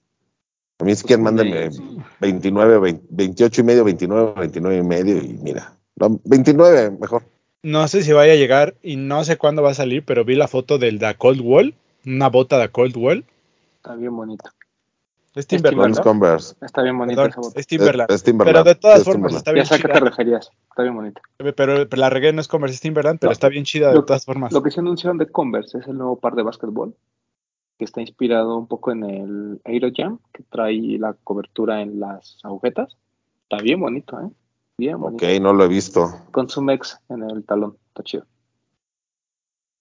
C: A mí si quieren, mándenme
D: Sí.
C: 29, 20, 28 y medio, 29, 29 y medio y mira. No, 29 mejor.
E: No sé si vaya a llegar y no sé cuándo va a salir, pero vi la foto del Da Cold Wall, una bota Da Cold Wall.
B: Está bien bonito.
C: Vamos
E: Es Timberland, ¿no?
C: Converse.
B: Está bien bonito
E: Perdón,
B: esa bota.
E: es Timberland.
C: Es- es Timberland,
E: Pero de todas
C: es
E: formas
C: Timberland.
E: está bien
B: Ya sé a qué
E: chida.
B: te referías. Está bien bonito.
E: Pero, pero la regué no es Converse, es Timberland, pero
B: No.
E: está bien chida de
B: Lo-
E: todas formas.
B: Lo que se anunciaron de Converse es el nuevo par de básquetbol que está inspirado un poco en el Aero Jam, que trae la cobertura en las agujetas. Está bien bonito, ¿eh? Bien
C: Ok,
B: bonito.
C: no lo he visto.
B: Con su mex en el talón. Está chido.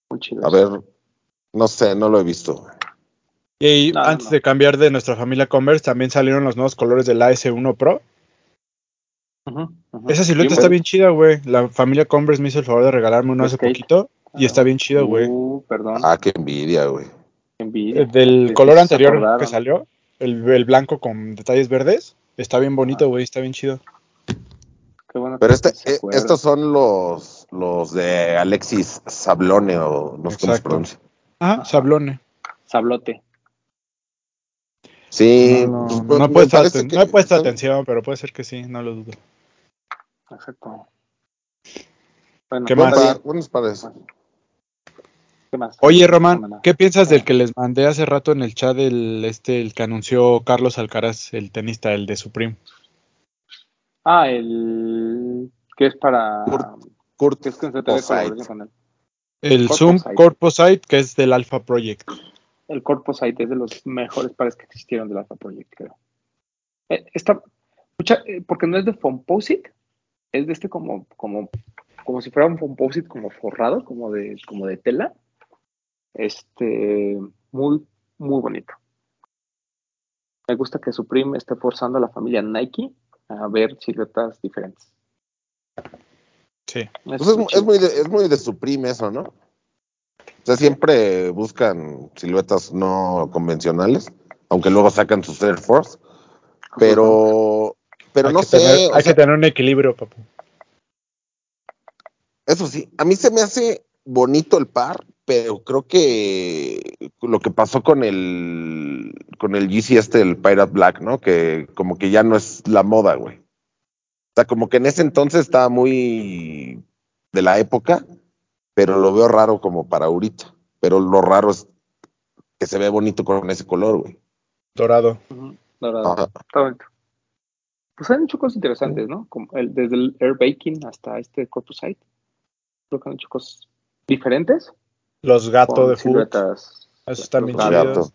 B: Muy chido.
C: A
B: eso.
C: ver, no sé, no lo he visto.
E: Y
B: No, no,
E: antes
B: no.
E: de cambiar de nuestra familia Converse, también salieron los nuevos colores del AS1 Pro.
B: Ujú, ujú.
E: Esa silueta está bien chida, güey. La familia Converse me hizo el favor de regalarme uno hace
B: Skate.
C: Pues,
E: poquito y
B: Ah.
E: está bien chido, güey.
B: Uh, perdón.
C: Ah, qué envidia, güey.
B: qué
E: Eh,
B: envidia. Sí,
E: Del
C: pues,
B: sí,
E: color
B: se
E: anterior que
B: acordaron.
E: salió, el, el blanco con detalles verdes, está bien bonito,
B: Ah.
E: güey, está bien chido.
B: Qué bueno
C: Pero
B: que
C: este,
B: se
C: eh,
B: acuerdan.
C: estos son los, los de Alexis Sablone o no sé cómo se
E: Exacto.
C: pronuncia.
E: Ajá,
B: Ajá.
E: sablone.
B: Sablote.
C: Sí,
E: eh, no,
C: pues,
E: no,
C: pues,
E: no he
C: me
E: puesto
C: parece
E: aten-
C: que-
E: no he puesto atención, pero puede ser que sí, no lo dudo.
B: Exacto. Bueno,
E: ¿Qué
B: está
E: más?
B: bien.
C: Par- buenos pares.
B: ¿Qué más?
E: Oye,
B: No, no,
E: Román,
B: no.
E: ¿qué piensas del que les mandé hace rato en el chat el este el que anunció Carlos Alcaraz, el tenista, el de Supreme?
B: Ah, el que es para
C: Cur- Kurt
B: que es que se te ve
C: Forsyth.
B: colaboración con él.
E: El
B: Corposite.
E: Zoom Corposite, que es del Alpha Project.
B: El Corpo Site es de los mejores pares que existieron de la Alpha Project, creo. Eh, Está, mucha- eh, porque no es de Fomposite, es de este como, como, como si fuera un Fomposite como forrado, como de, como de tela. Este, muy, muy bonito. Me gusta que Supreme esté forzando a la familia Nike a ver siluetas diferentes.
E: Sí.
C: Pues es,
B: muy
C: es
B: chido.
C: muy de, es muy de Supreme eso, ¿no? O sea, siempre buscan siluetas no convencionales, aunque luego sacan sus Air Force, pero, pero
E: Hay
C: no
E: que
C: sé.
E: tener-
C: o
E: hay
C: sea,
E: que tener un equilibrio, papu.
C: Eso sí, a mí se me hace bonito el par, pero creo que lo que pasó con el con el GC este, el Pirate Black, ¿no? Que como que ya no es la moda, güey. O sea, como que en ese entonces estaba muy de la época, pero lo veo raro como para ahorita. Pero lo raro es que se ve bonito con ese color, güey.
E: Dorado.
B: Ujú, dorado.
C: Ajá.
B: Ah, Está bonito. Pues han hecho cosas interesantes, ¿no? Como el- desde el air baking hasta este corpus site. Creo que han hecho cosas diferentes.
E: Los gatos
B: con
E: Ah, de fútbol.
B: siluetas.
E: Esos están
B: los
E: bien
C: Los
B: gatos.
E: chidos.
C: gatos.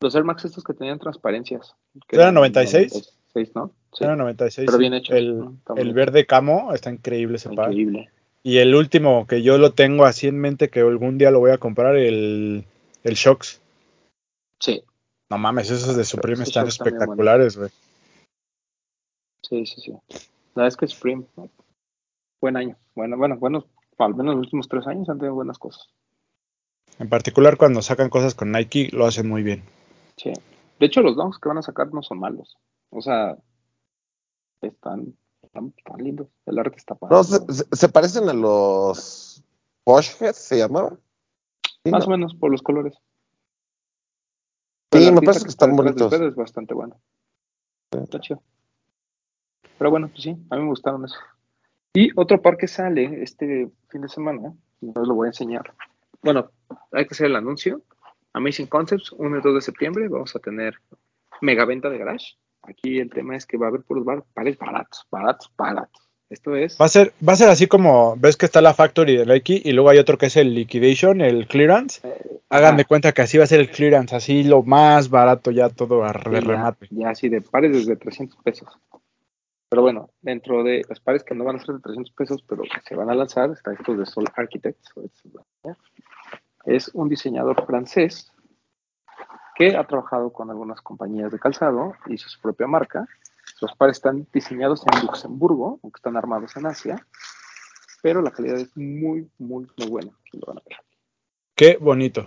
B: Los Air Max estos que tenían transparencias. que
E: ¿Eran 96?
B: 96, ¿no? Sí.
E: Era 96.
B: Pero
E: sí.
B: bien hechos,
E: El,
B: ¿no? Está
E: el
B: bonito.
E: verde camo está increíble ese par.
B: Increíble.
E: Y el último que yo lo tengo así en mente que algún día lo voy a comprar, el, el Shox.
B: Sí,
E: No mames, esos de Supreme
B: esos Ah,
E: están
B: Shox también
E: espectaculares, güey.
B: sí, sí, sí. La verdad es que Supreme, ¿no? buen año. Bueno, bueno, buenos, al menos los últimos tres años han tenido buenas cosas.
E: En particular cuando sacan cosas con Nike, lo hacen muy bien.
B: Sí. De hecho, los donks que van a sacar no son malos. O sea, están, están, están lindos. El arte está padre.
C: No, se, se- se parecen a los Posh Heads, se llamaban. Sí,
B: Más
C: ¿no?
B: o menos por los colores. el
C: Sí, me
B: artista
C: parece que
B: está detrás
C: están
B: de
C: bonitos.
B: ustedes es bastante bueno. Está chido. Pero bueno, pues sí, a mí me gustaron eso. Y otro par que sale este fin de semana, no os lo voy a enseñar. Bueno, hay que hacer el anuncio. Amazing Concepts, 1 y 2 de septiembre, vamos a tener mega venta de garage. Aquí el tema es que va a haber puros bar, pares baratos, baratos, baratos. Esto es.
E: Va a ser, va a ser así como, ves que está la Factory de Nike y luego hay otro que es el Liquidation, el Clearance.
B: eh,
E: Hagan de
B: ajá,
E: cuenta que así va a ser el Clearance, así lo más barato ya todo a re-
B: sí, ya-
E: remate.
B: Ya, así de pares desde 300 pesos. Pero bueno, dentro de los pares que no van a ser de 300 pesos, pero que se van a lanzar, está estos de Sol Architects. o es- Es un diseñador francés que ha trabajado con algunas compañías de calzado, hizo su propia marca. Los pares están diseñados en Luxemburgo, aunque están armados en Asia, pero la calidad es muy, muy, muy buena. Aquí lo van a ver.
E: Qué bonito.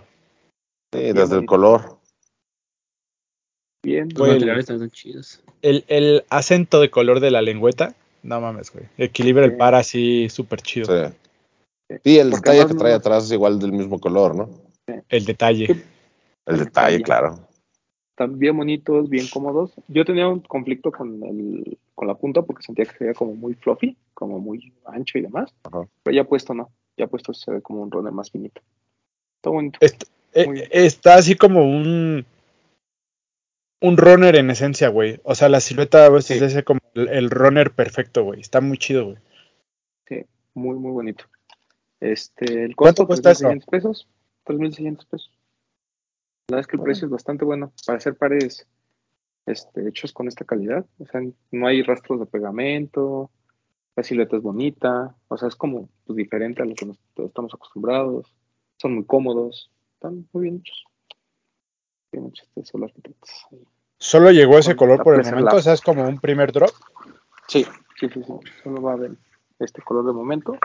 C: Sí,
B: Bien
C: desde el
B: bonito.
C: color.
B: Bien,
D: Los
E: Güey,
B: bien.
D: materiales están chidos.
E: El, el acento de color de la lengüeta, no mames, güey. Equilibra
B: Sí.
E: el par así súper chido.
C: Sí. Sí, el
B: Porque
C: detalle
B: además
C: que trae
B: no-
C: atrás es igual del mismo color, ¿no?
E: El detalle.
C: El
B: El
C: detalle,
B: detalle.
C: claro.
B: están bien bonitos, bien cómodos. Yo tenía un conflicto con, el, con la punta porque sentía que se veía como muy fluffy, como muy ancho y demás.
C: Ajá.
B: Pero ya puesto no, ya puesto se ve como un runner más finito. Está bonito.
E: Est- eh,
B: Muy bien.
E: está así como un un runner en esencia, güey. O sea, la silueta a veces
B: Sí.
E: es como el, el runner perfecto, güey. Está muy chido, güey.
B: Muy, muy bonito. Este, el
E: ¿Cuánto
B: costo,
E: cuesta eso?
B: 3.600 pesos. 3.600 pesos. La verdad es que el precio es bastante bueno para hacer pares este, hechos con esta calidad. O sea, no hay rastros de pegamento, la silueta es bonita, o sea, es como pues, diferente a lo que nos- estamos acostumbrados. Son muy cómodos, están muy bien hechos. Bien hechos estos solar arquitectos.
E: Solo llegó ese
B: Con
E: color
B: la
E: por el
B: Pleasant
E: momento,
B: Lab.
E: o sea, es como un primer drop.
B: Sí, sí, sí, sí. Solo va a haber este color de momento.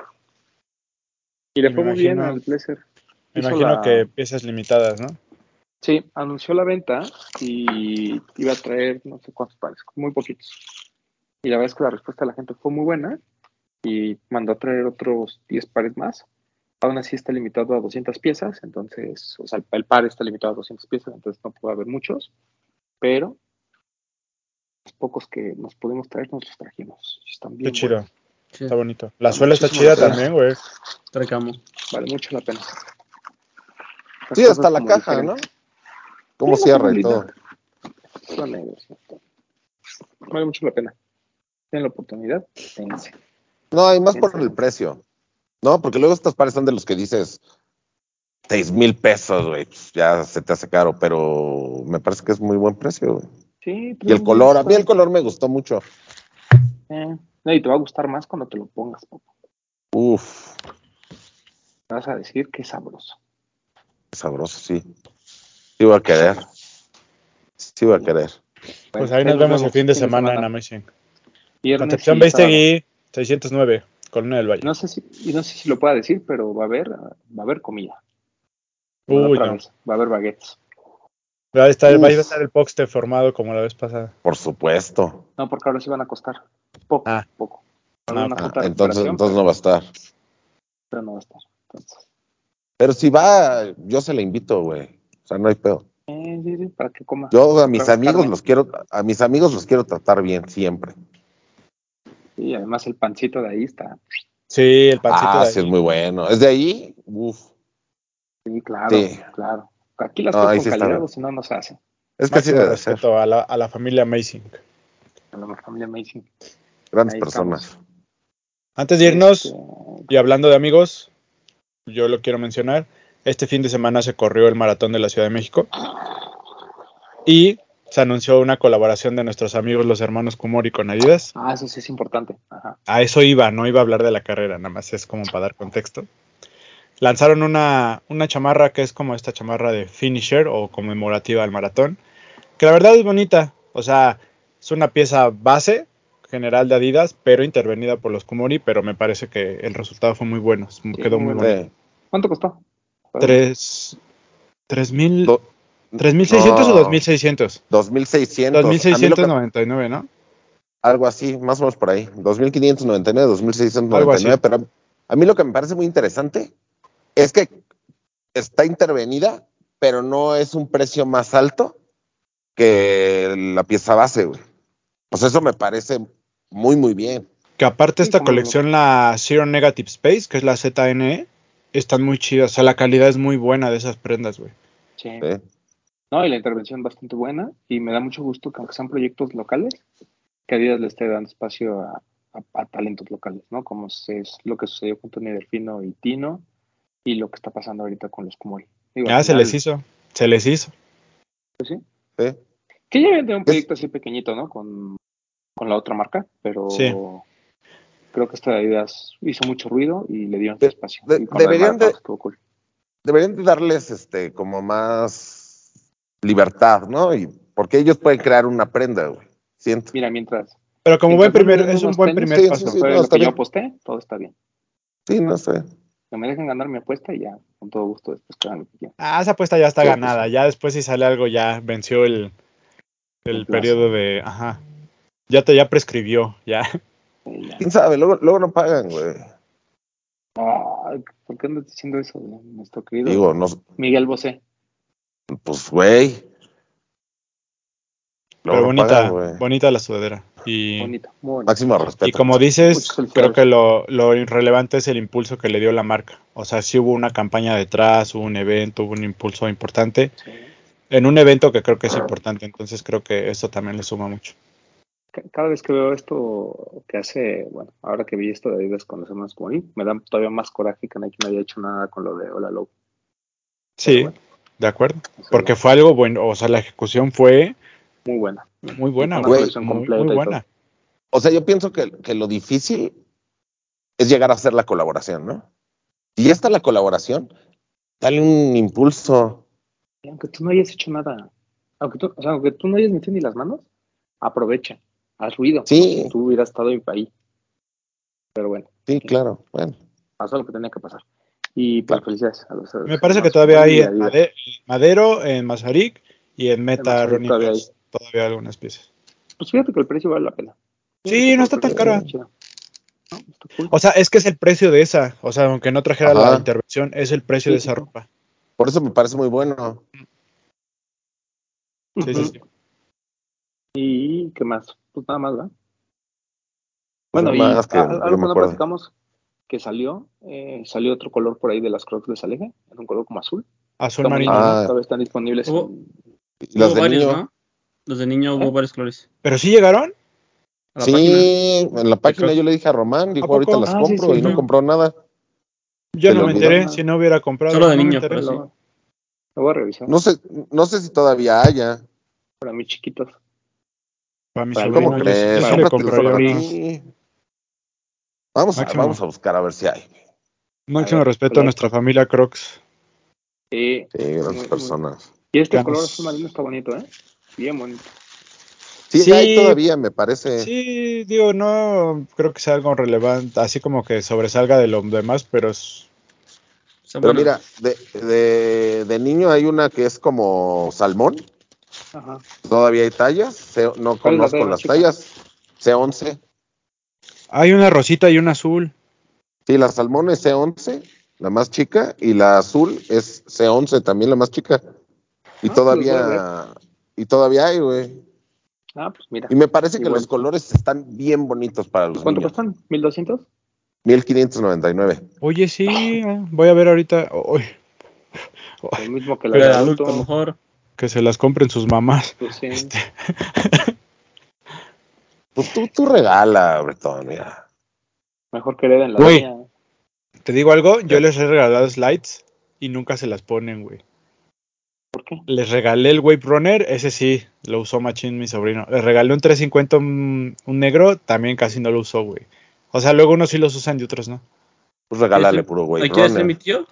B: Y le
E: Me
B: fue muy bien
E: imagino-
B: al Placer.
E: Me
B: Hizo
E: imagino
B: la-
E: que piezas limitadas, ¿no?
B: Sí, anunció la venta y iba a traer no sé cuántos pares, muy poquitos. Y la verdad es que la respuesta de la gente fue muy buena y mandó a traer otros 10 pares más. Aún así está limitado a 200 piezas, entonces, o sea, el, el par está limitado a 200 piezas, entonces no puede haber muchos, pero los pocos que nos pudimos traer nos los trajimos. Están
E: Qué
B: bien
E: chido,
B: buenos,
D: Sí,
E: está bonito. La
B: Está
E: suela está
B: muchísimo
E: chida
B: la pena.
E: también, güey.
D: tracamo.
B: vale mucho la pena. otras
C: Sí,
B: cosas
C: hasta la
B: como
C: caja,
B: diferentes.
C: ¿no? ¿Cómo
B: Sí,
C: cierra
B: no
C: y
B: tengo
C: todo?
B: idea. Son negros, ¿no? Vale mucho la pena. Tienen la oportunidad, ténganse.
C: No, y más
B: Sí,
C: por
B: sí.
C: el precio. No, porque luego estas pares son de los que dices seis mil pesos, güey. pues Ya se te hace caro, pero me parece que es muy buen precio. güey.
B: Sí, pues,
C: Y el color, a mí el color me gustó mucho.
B: Eh, no, y te va a gustar más cuando te lo pongas, papá.
C: Uf,
B: Te Vas a decir que sabroso.
C: sabroso, sí. Sí va a querer. Sí va a querer.
E: Pues
B: Bueno,
E: ahí nos vemos el fin de semana en Amazing.
B: Viernes
E: Concepción
B: y
E: Beistegui, 609, Colonia del Valle.
B: sábado. No sé si, y no sé si lo pueda decir, pero va a haber, ah, va a haber comida.
E: Uy,
B: Otra
E: no.
B: vez, Va a haber baguettes.
E: Va a estar, va a
C: Uf.
E: estar el poste formado como la vez pasada.
C: Por supuesto.
B: No, porque ahora sí van a costar. Poco,
E: Ah.
B: poco.
E: Ah,
B: Habrá una
C: Ah,
B: cuota de
C: entonces,
B: recuperación,
C: entonces no va a estar.
B: pero no va a estar. Entonces,
C: Pero si va, yo se la invito, güey. O sea, no hay pedo.
B: eh, sí, sí, para que coma.
C: Yo a mis
B: Otra vez
C: amigos
B: carne.
C: los quiero, a mis amigos los quiero tratar bien siempre.
B: Y además el pancito de ahí está.
E: Sí, el pancito
C: ah,
E: de ahí.
C: sí, es muy bueno. ¿Es de ahí? Uf.
B: Sí, claro,
C: Sí.
B: claro. Aquí las
C: No, ahí
B: cosas
C: sí
B: con
C: está
B: calidad,
C: bien.
B: o si no, no se hacen.
C: Es que así
E: Máximo
C: debe ser.
E: respeto a la, a la familia Amazing.
B: A la familia Amazing.
C: Grandes
B: Ahí
C: personas.
E: Antes de irnos,
B: Este,
E: y hablando de amigos, yo lo quiero mencionar. Este fin de semana se corrió el maratón de la Ciudad de México. Y se anunció una colaboración de nuestros amigos, los hermanos Kumori con Adidas.
B: Ah, eso sí es importante. Ajá.
E: A eso iba, no iba a hablar de la carrera, nada más es como para dar contexto. Lanzaron una, una chamarra que es como esta chamarra de finisher o conmemorativa al maratón, que la verdad es bonita, o sea, es una pieza base general de Adidas, pero intervenida por los Kumori, pero me parece que el resultado fue muy bueno, quedó muy
B: muy
E: bonito.
C: Sí.
B: ¿Cuánto costó? Pues,
E: Tres, tres mil,
C: Do-
E: tres mil seiscientos o
C: No,
E: dos mil seiscientos?
C: 2600. A
E: Dos mil
C: mí lo que-
E: seiscientos noventa y nueve, ¿no?
C: Algo así, más o menos por ahí. 2599, 2699.
E: Algo así.
C: Pero a mí lo que me parece muy interesante es que está intervenida, pero no es un precio más alto que la pieza base, güey. Pues eso me parece muy, muy bien.
E: Que aparte
B: Sí,
E: esta
B: como lo-
E: colección, la Zero Negative Space, que es la ZNE, están muy chidas. O sea, la calidad es muy buena de esas prendas, güey.
B: Sí.
C: ¿eh?
B: No, y la intervención bastante buena. Y me da mucho gusto que, aunque sean proyectos locales, que Adidas le esté dando espacio a, a- a talentos locales, ¿no? Como se- es lo que sucedió con Tony Delfino y Tino, y lo que está pasando ahorita con los Kumori. Digo,
E: Ya
B: al
E: Ah, se
B: final,
E: les hizo. Se les hizo.
C: ¿sí?
B: Que ya habían tenido un proyecto así pequeñito, ¿no? Con, con la otra marca, pero
E: Sí.
B: creo que esta Adidas hizo mucho ruido y le dieron
C: De-
B: espacio.
C: de-
B: Y con la del
C: deberían de-
B: maratón estuvo cool.
C: deberían de darles este como más libertad, ¿no? Y porque ellos pueden crear una prenda, güey. Siento.
B: Mira, mientras.
E: Pero como buen
B: mientras no me
E: primer,
B: den
E: es un
B: unos
E: buen
B: tenis,
E: primer
C: sí,
E: paso.
B: que fue
C: no,
B: lo
C: está
B: que yo
C: bien.
B: aposté, todo está bien.
C: Sí, no sé.
B: Que me dejen ganar mi apuesta y ya, con todo gusto, después que hagan lo que quieran.
E: Ah, esa apuesta ya está
C: Sí,
E: ganada.
C: pues.
E: Ya después si sale algo, ya venció el, el
B: El plazo.
E: periodo de... Ajá. Ya te ya prescribió, ya.
B: Y ya.
C: ¿Quién sabe? Luego, luego no pagan, güey.
B: Ay, ¿Por qué andas diciendo eso, de nuestro querido
C: Digo, no,
B: Miguel Bosé?
C: pues, güey.
E: Pero
C: Luego no
E: bonita,
C: pagan, güey.
E: bonita la sudadera. Y,
B: Bonito, muy bonito.
C: Máximo
E: y
C: respeto.
E: como dices,
B: Muchas
E: creo
B: felicidades.
E: que lo, lo relevante es el impulso que le dio la marca. O sea, sí hubo una campaña detrás, hubo un evento, hubo un impulso importante. en un evento que creo que es importante, entonces creo que esto también le suma mucho.
B: Ca- Cada vez que veo esto que hace, bueno, ahora que vi esto de Adidas con los hermanos Kumori, me da todavía más coraje que Nike no haya hecho nada con lo de Hola Lobo.
E: Sí,
B: bueno.
E: de acuerdo.
B: Eso
E: Porque
B: es
E: fue algo bueno, o sea, la ejecución fue
B: muy buena.
E: muy buena,
B: Una
E: güey,
B: colección
E: muy,
B: completa
E: muy
B: y
E: buena.
C: O sea, yo pienso que, que lo difícil es llegar a hacer la colaboración, ¿no? Si ya está la colaboración, dale un impulso.
B: Y aunque tú no hayas hecho nada, aunque tú, o sea, aunque tú no hayas metido ni las manos, aprovecha, haz ruido.
C: Sí,
B: Tú hubieras estado ahí. Pero bueno,
C: sí, claro. Bueno,
B: pasó lo que tenía que pasar. Y pues
C: Claro.
B: felicidades a los- a los
E: Me parece que
B: hermanos
E: todavía
B: Kumori
E: hay
B: y
E: en
B: Adidas.
E: Made- Madero, en Mazarik y en Meta
B: Mazarik
E: Running
B: todavía hay.
E: Tours, todavía algunas piezas.
B: Pues fíjate que el precio vale la pena.
E: Sí, no está tan
B: Creo que
E: cara.
B: está chido. No, está cool.
E: O sea, es que es el precio de esa, o sea, aunque no trajera la
C: Ajá.
E: intervención, es el precio
B: Sí,
E: de
B: sí,
E: esa
B: sí.
E: ropa.
C: por eso me parece muy bueno.
E: Sí, sí, sí.
B: ¿Y qué más? Pues nada más, ¿verdad? Bueno,
C: no
B: y
C: me hagas que
B: a-
C: yo me
B: algo que no
C: acuerde.
B: platicamos que salió, eh, salió otro color por ahí de las Crocs de Saleja, era un color como azul.
E: Azul marino.
C: Ah.
B: Todavía están disponibles. en-
D: Hubo-
C: Y Las
D: hubo
C: de
D: varios,
C: niño. Ah.
D: ¿no? Los de niño hubo varios colores.
E: Pero sí llegaron.
D: A la
C: Sí,
D: página.
C: en la página
D: creo-
C: yo le dije a Román, dijo
E: ¿A poco?
C: ahorita las
B: Ah, sí,
C: compro
B: sí,
C: y no
D: ajá.
C: compró nada.
E: Yo
C: Se
E: no
C: le
E: me
C: olvidó.
E: enteré si no hubiera comprado.
D: Solo de
E: no me
D: niño,
E: enteré.
D: pero sí.
B: Lo, lo voy a revisar
C: No sé, no sé si todavía haya.
B: para mis chiquitos.
E: Para mi
B: Para-
E: sobrino,
C: ¿Cómo
E: yo-
C: crees?
E: yo sí le
C: Cómpratelos
E: compraría
C: para
E: unos.
C: ti. Vamos a,
E: Máximo.
C: vamos a buscar a ver si hay.
E: Máximo
B: A ver,
E: respeto a
B: color.
E: nuestra familia Crocs.
B: Sí.
C: Sí, grandes
B: Muy- muy-
C: personas.
B: Eh, Y este
E: Ganos.
B: color azul marino está bonito, ¿eh? Bien bonito.
C: Sí,
E: Sí.
C: hay todavía, me parece.
E: Sí, digo, no creo que sea algo relevante, así como que sobresalga de los demás, pero es-
D: Está
C: Pero
D: bueno.
C: mira, de, de- de niño hay una que es como salmón.
B: Ajá.
C: Todavía hay tallas. sé- no
B: ¿Cuál es la
C: conozco
B: talla más
C: las
B: chica?
C: tallas. C11.
E: hay una rosita y una azul.
C: Sí, la salmón es C11, la más chica. Y la azul es C11, también la más chica. Y
B: Ah, pues voy
C: todavía. Y todavía hay, güey.
B: Ah, pues mira.
C: Y me parece que
B: Igual.
C: los colores están bien bonitos para los
B: ¿Cuánto
C: niños.
B: cuestan? ¿1200?
C: 1599.
E: Oye, sí, ah, voy a ver ahorita o- oy,
B: Lo mismo que la
D: Pero
B: de
D: el adulto, a lo
B: adulto.
D: mejor.
E: que se las compren sus mamás.
B: Pues sí.
D: Este.
C: Pues tú, tú regala, Bretón, mira.
B: Mejor que hereden la
E: Güey.
B: mía.
E: Te digo algo, yo
C: ¿Qué?
E: les he regalado slides y nunca se las ponen, güey.
B: ¿Por qué?
E: Les regalé el Wave Runner, ese sí, lo usó Machín, mi sobrino. Les regalé un 350, un, un negro, también casi no lo usó, güey. O sea, luego unos sí los usan y otros no.
C: Pues regálale,
D: Ese-
C: puro güey.
D: ¿Ahí quieres ser
C: runner.
D: mi tío?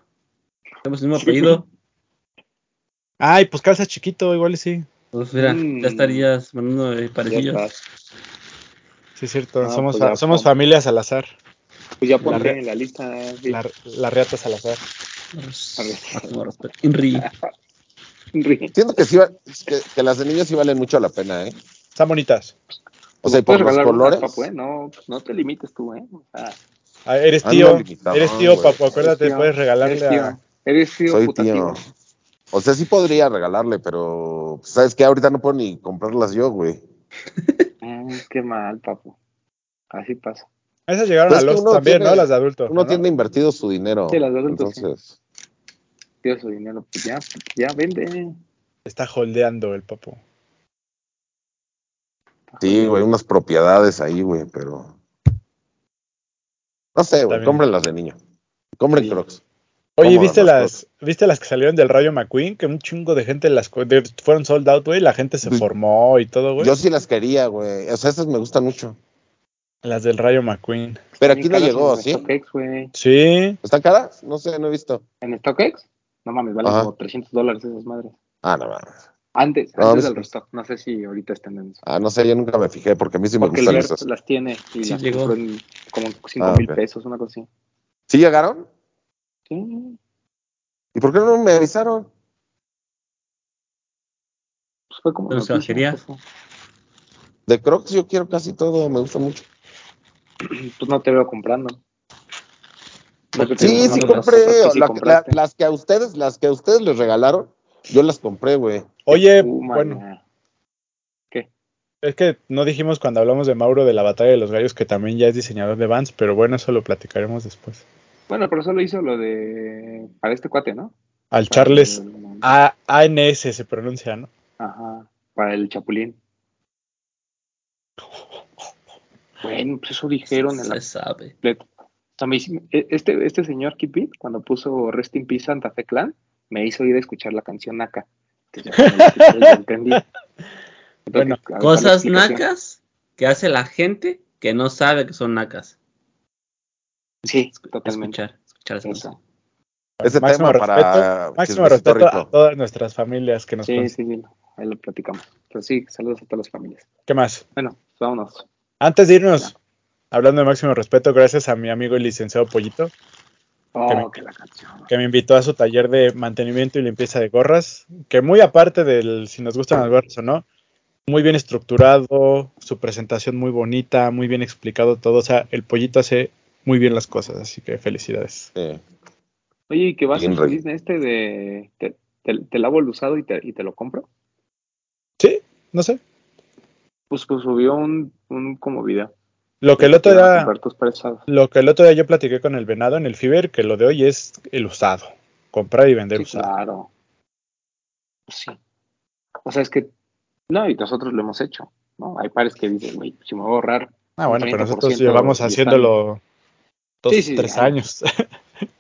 D: Tenemos el mismo apellido.
E: Ay, pues calza chiquito, igual y sí.
D: Pues mira,
B: Mm.
D: ya estarías mandando eh,
B: Ya
D: parejillos.
B: está.
E: Sí, es cierto.
B: Ah,
E: somos
B: pues ya,
E: fa- somos
B: pon-
E: familias al azar.
B: Pues ya
E: La
B: ponte
E: re-
B: en la lista. sí. (laughs)
E: La, la reata Salazar.
D: Máximo respeto. Inri.
B: Enrique.
C: Siento que, sí va- que, que las de niños sí valen mucho la pena, ¿eh?
E: Están bonitas.
C: O sea, y por
B: Pues Puedes
C: los
B: regalar unas,
C: colores.
B: Papu, ¿eh? No, pues no te limites tú, ¿eh? O sea,
E: Ah, eres
C: Anda,
E: tío.
C: limitadón,
E: eres tío,
C: güey.
E: papu. Acuérdate,
B: eres tío,
E: puedes regalarle
B: eres
E: a.
B: tío. Eres tío
C: Soy
B: putativo.
C: tío. O sea, sí podría regalarle, pero pues, sabes que ahorita no puedo ni comprarlas yo, güey.
B: Mm, qué mal, papu. Así pasa.
E: Esas llegaron
C: Pues
E: a
C: es que
E: los
C: uno
E: también,
C: tiene-
E: ¿no? Las de adulto.
C: Uno
E: ¿no?
C: tiene invertido su dinero.
B: Sí, las de adultos, sí.
C: Entonces,
B: Tío, su dinero. Pues ya, ya vende.
E: Está holdeando el papu.
B: Ah,
C: sí, güey, unas propiedades ahí, güey, pero. No sé, güey,
E: También.
C: compren las de niño. Compren
E: Sí.
C: Crocs.
E: Oye,
C: Cómodas
E: ¿viste
C: las
E: las, ¿viste las que salieron del Rayo McQueen? Que un chingo de gente las co- de- fueron sold out, güey. La gente se
C: Sí.
E: formó y todo, güey.
C: Yo sí las quería, güey. O sea, esas me gustan mucho.
E: Las del Rayo McQueen.
C: Pero
B: Bien
C: aquí no
B: caras
C: llegó,
B: en
C: ¿sí?
B: StockX, güey.
E: Sí.
C: ¿Están caras? No sé, no he visto.
B: ¿En StockX? No mames, valen
C: Ajá.
B: como 300 dólares esas madres.
C: Ah, no mames.
B: Antes,
C: No, pues
B: antes
C: sí.
B: del restock. No sé si ahorita están en eso.
C: Ah, no sé, yo nunca me fijé porque a mí sí me
B: Porque el
C: gustan
B: Bert
C: esas.
B: las tiene y
D: Sí
B: las
D: llegó.
B: compró en como 5
C: Pues Ah,
B: mil
C: ok.
B: pesos, una cosa así.
C: ¿Sí llegaron?
B: Sí,
C: ¿Y por qué no me avisaron?
B: pues fue como.
D: Pero se
B: noticia,
D: bajaría.
B: papu.
C: De Crocs yo quiero casi todo, me gusta mucho.
B: Pues no te veo comprando. Porque
C: Sí,
B: tienes
C: sí,
B: unas cosas
C: compré.
B: que Pues sí
C: la- la-
B: compraste.
C: las que a ustedes, las que a ustedes les regalaron, yo las compré, güey.
E: Oye,
B: Uh, man,
E: Eh, bueno,
B: ya.
E: es que no dijimos cuando hablamos de Mauro de la batalla de los gallos que también ya es diseñador de Vans, pero bueno, eso lo platicaremos después.
B: Bueno, pero solo hizo lo de. Para este cuate, ¿no?
E: Al
B: Para
E: Charles Ah.
B: el-
E: A- ANS se pronuncia, ¿no?
B: Ajá. Para el Chapulín. Bueno, pues eso dijeron en la
D: Se sabe.
B: completa. O sea, me hice- e- este, este señor Kid Beat, cuando puso Rest in Peace Santa Fe Clan, me hizo ir a escuchar la canción Naka. Entonces, ya cuando la escuché, ya
E: (laughs)
B: entendí. Entonces,
E: Bueno,
B: a ver, para la
D: Cosas
B: explicación.
D: nacas que hace la gente que no sabe que son nacas.
B: Sí, totalmente.
D: Escuchar, escuchar esa
B: Eso.
D: canción.
C: Ese
E: máximo
C: tema para
E: respeto, máximo
C: chismecito
E: respeto
C: rico.
E: a todas nuestras familias que nos
B: Sí,
E: cons-
B: sí, sí, ahí lo platicamos. Pero sí, saludos a todas las familias.
E: ¿Qué más?
B: Bueno, vámonos.
E: Antes de irnos, hablando de máximo respeto, gracias a mi amigo el licenciado Pollito,
B: Oh, que la canción.
E: que me invitó a su taller de mantenimiento y limpieza de gorras, que muy aparte del si nos gustan las gorras o no, muy bien estructurado, su presentación muy bonita, muy bien explicado todo, o sea, el Pollito hace muy bien las cosas, así que felicidades.
C: Sí.
B: Oye, ¿y que vas
C: Bien
B: a
C: rey.
B: Disney este de te, te, te lavo el usado y te, y te lo compro?
E: Sí, no sé.
B: Pues, pues subió un, un como video.
E: Lo que el otro
B: Te van a
E: día...
B: comprar tus pares usados.
E: Lo que el otro día yo platiqué con el venado en el Fiber, que lo de hoy es el usado. Comprar y vender
B: Sí,
E: usado.
B: claro. Pues sí. O sea, es que, no, y nosotros lo hemos hecho, ¿no? Hay pares que dicen, güey, si me voy a ahorrar.
E: Ah, bueno, pero nosotros
B: 30% y
E: llevamos
B: están-
E: haciéndolo dos,
B: Sí, sí,
E: tres
B: ah.
E: años. (laughs)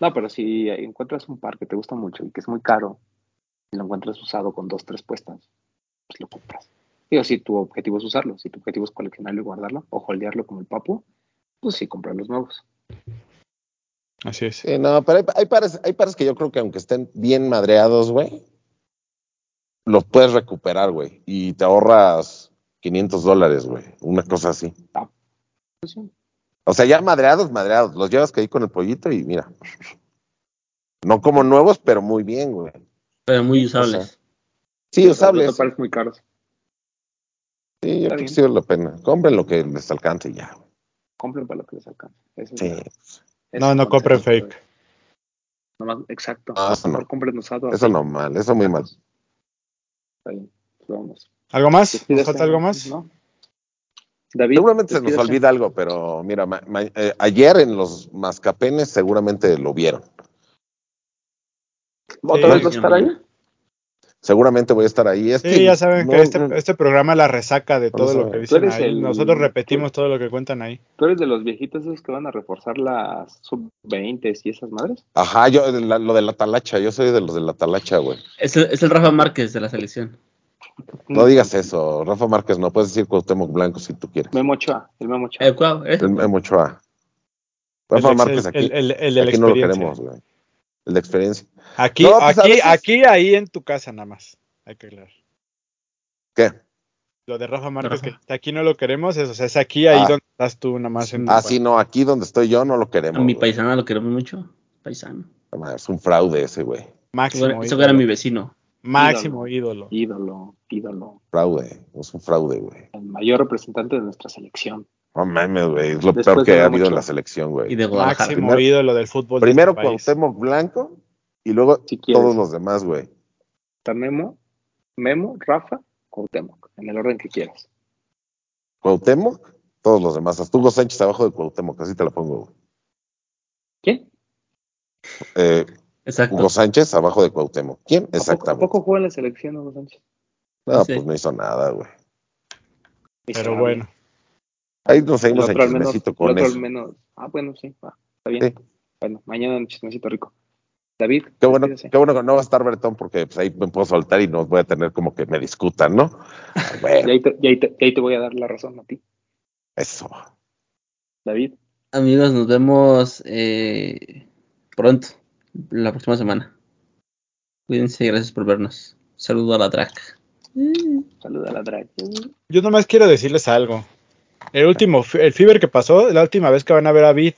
B: No, pero si encuentras un par que te gusta mucho y que es muy caro, y lo encuentras usado con dos, tres puestas, pues lo compras. Digo, si tu objetivo es usarlo, si tu objetivo es coleccionarlo y guardarlo, o holdearlo como el papu, pues sí, comprar los nuevos.
E: Así es.
C: Sí, no, pero hay, hay pares, hay pares que yo creo que aunque estén bien madreados, güey, los puedes recuperar, güey, y te ahorras 500 dólares, güey, una cosa así.
B: Pues sí.
C: O sea, ya madreados, madreados, los llevas que ahí con el pollito y mira. No como nuevos, pero muy bien, güey.
D: Pero muy usables.
C: Sí, usables.
B: Los pares muy caros.
C: Sí, yo
B: Está
C: creo que
B: bien.
C: sí vale la pena. Compren lo que les alcance y ya. güey.
B: Compren para lo que les alcance. Ese es
C: Sí.
B: la- ese
E: No,
B: es el
E: no compren
B: concepto de-
E: fake.
B: Nomás- exacto.
C: Ah, eso no.
B: Mejor compren usado.
C: Eso no mal, eso muy mal.
B: Está bien. pues Vámonos.
E: ¿Algo más? ¿Nos
B: Despídase,
E: falta algo más?
B: este ¿no? David.
C: Seguramente se nos
B: despídase.
C: olvida algo, pero mira, ma- ma- eh, ayer en los mascapenes seguramente lo vieron.
B: ¿Otra
E: Sí.
B: vez vas a estar ahí?
C: Seguramente voy a estar ahí. Es
E: Sí,
C: que
E: ya saben
C: no-
E: que este,
C: no-
E: este programa la resaca de
C: No
E: todo
C: saben.
E: lo que
C: Tú
E: dicen
B: eres
E: ahí.
B: el-
E: Nosotros
B: tú-
E: repetimos todo lo que cuentan ahí.
B: ¿Tú eres de los viejitos esos que van a reforzar las sub-20 y esas madres?
C: Ajá, yo la- lo de la talacha, yo soy de los de la talacha, güey.
D: Es el, es el Rafa Márquez de la selección.
E: Mm.
C: No digas eso, Rafa Márquez, no puedes decir Cuauhtémoc Blanco si tú quieres.
B: Memo Ochoa, el Memo Ochoa.
D: Eh, ¿cuál? ¿Eh?
C: El Memo Ochoa. Rafa
E: El ex-
C: Márquez aquí,
E: el- el- el de la
C: aquí no lo
E: experiencia.
C: queremos, güey. El de experiencia.
E: Aquí,
C: No, pues, a
E: aquí,
C: veces-
E: aquí, ahí en tu casa nada más. Hay que aclarar.
C: ¿Qué?
E: Lo de Rafa Márquez,
D: Rafa.
E: que aquí no lo queremos, es, o sea, es aquí, ahí
C: Ah.
E: donde estás tú nada más. En tu
C: Ah,
E: cuarto.
C: sí, no, aquí donde estoy yo no lo
D: A
C: queremos.
D: mi
C: güey.
D: paisana lo queremos mucho. Paisano.
C: No mames, Es un fraude ese, güey.
E: Máximo
D: Eso
E: ídolo.
D: era mi vecino.
E: Máximo ídolo.
B: Ídolo, ídolo.
C: Fraude, es un fraude, güey.
B: El mayor representante de nuestra selección.
C: No mames, güey. Es lo
B: Después
C: peor que
B: de
C: ha
B: lo
C: habido en
B: mucho.
C: la selección,
D: Y
C: güey.
D: de Guadalajara.
E: Máximo
C: Primero-
E: ídolo del fútbol. de
C: Primero
E: este país.
C: Cuauhtémoc Blanco y luego
B: Si quieres.
C: todos los demás, güey.
B: Está Memo, Memo, Rafa, Cuauhtémoc. En el orden que quieras.
C: Cuauhtémoc, todos los demás. Hasta Hugo Sánchez abajo de Cuauhtémoc, así te la pongo, güey.
B: ¿Quién?
C: Eh,
D: Exacto.
C: Hugo Sánchez abajo de Cuauhtémoc. ¿Quién?
B: ¿A poco, ¿A
C: Exactamente.
B: poco juega en la selección, Hugo Sánchez?
C: No,
D: Sí.
C: pues no hizo nada, güey.
E: Pero
B: Miserable.
E: bueno,
C: Ahí nos
B: El
C: seguimos en
B: ah, otro al menos.
C: chismecito
B: el
C: con
B: otro al
C: eso.
B: menos. Ah, bueno, sí. va, está bien.
C: Sí.
B: Bueno, mañana un chismecito rico. David.
C: Qué bueno,
B: despídese.
C: qué bueno que no va a estar Bertón porque pues, ahí me puedo soltar y no voy a tener como que me discutan, ¿no? Güey,
B: Y ahí, te, y ahí te- y ahí te voy a dar la razón a ti.
C: eso.
B: David.
D: Amigos, nos vemos eh, pronto, la próxima semana. Cuídense y gracias por vernos. Saludo a la track.
B: Saluda a la drag.
E: yo nomás quiero decirles algo. El último, fi- el Fiber que pasó, es la última vez que van a ver a Vid.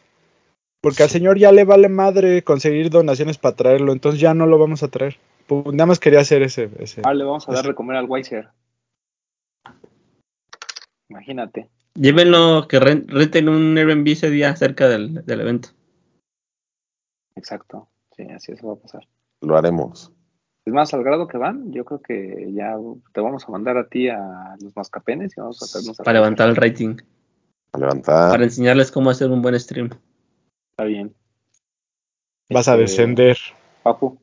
E: Porque al señor ya le vale madre conseguir donaciones para traerlo, entonces ya no lo vamos a traer. Pues nada más quería hacer ese. ese.
B: Ah, le vamos a dar de comer al Weiser. Imagínate.
D: Llévenlo, que ren- renten un Airbnb ese día cerca del, del evento.
B: Exacto. Sí, así eso va a pasar.
C: Lo haremos.
B: Es más, al grado que van, yo creo que ya te vamos a mandar a ti a los mascapenes y vamos a hacernos
D: Para levantar el rating.
C: A levantar.
D: Para enseñarles cómo hacer un buen stream.
B: Está bien.
E: Vas a
B: Este,
E: descender.
B: Papu,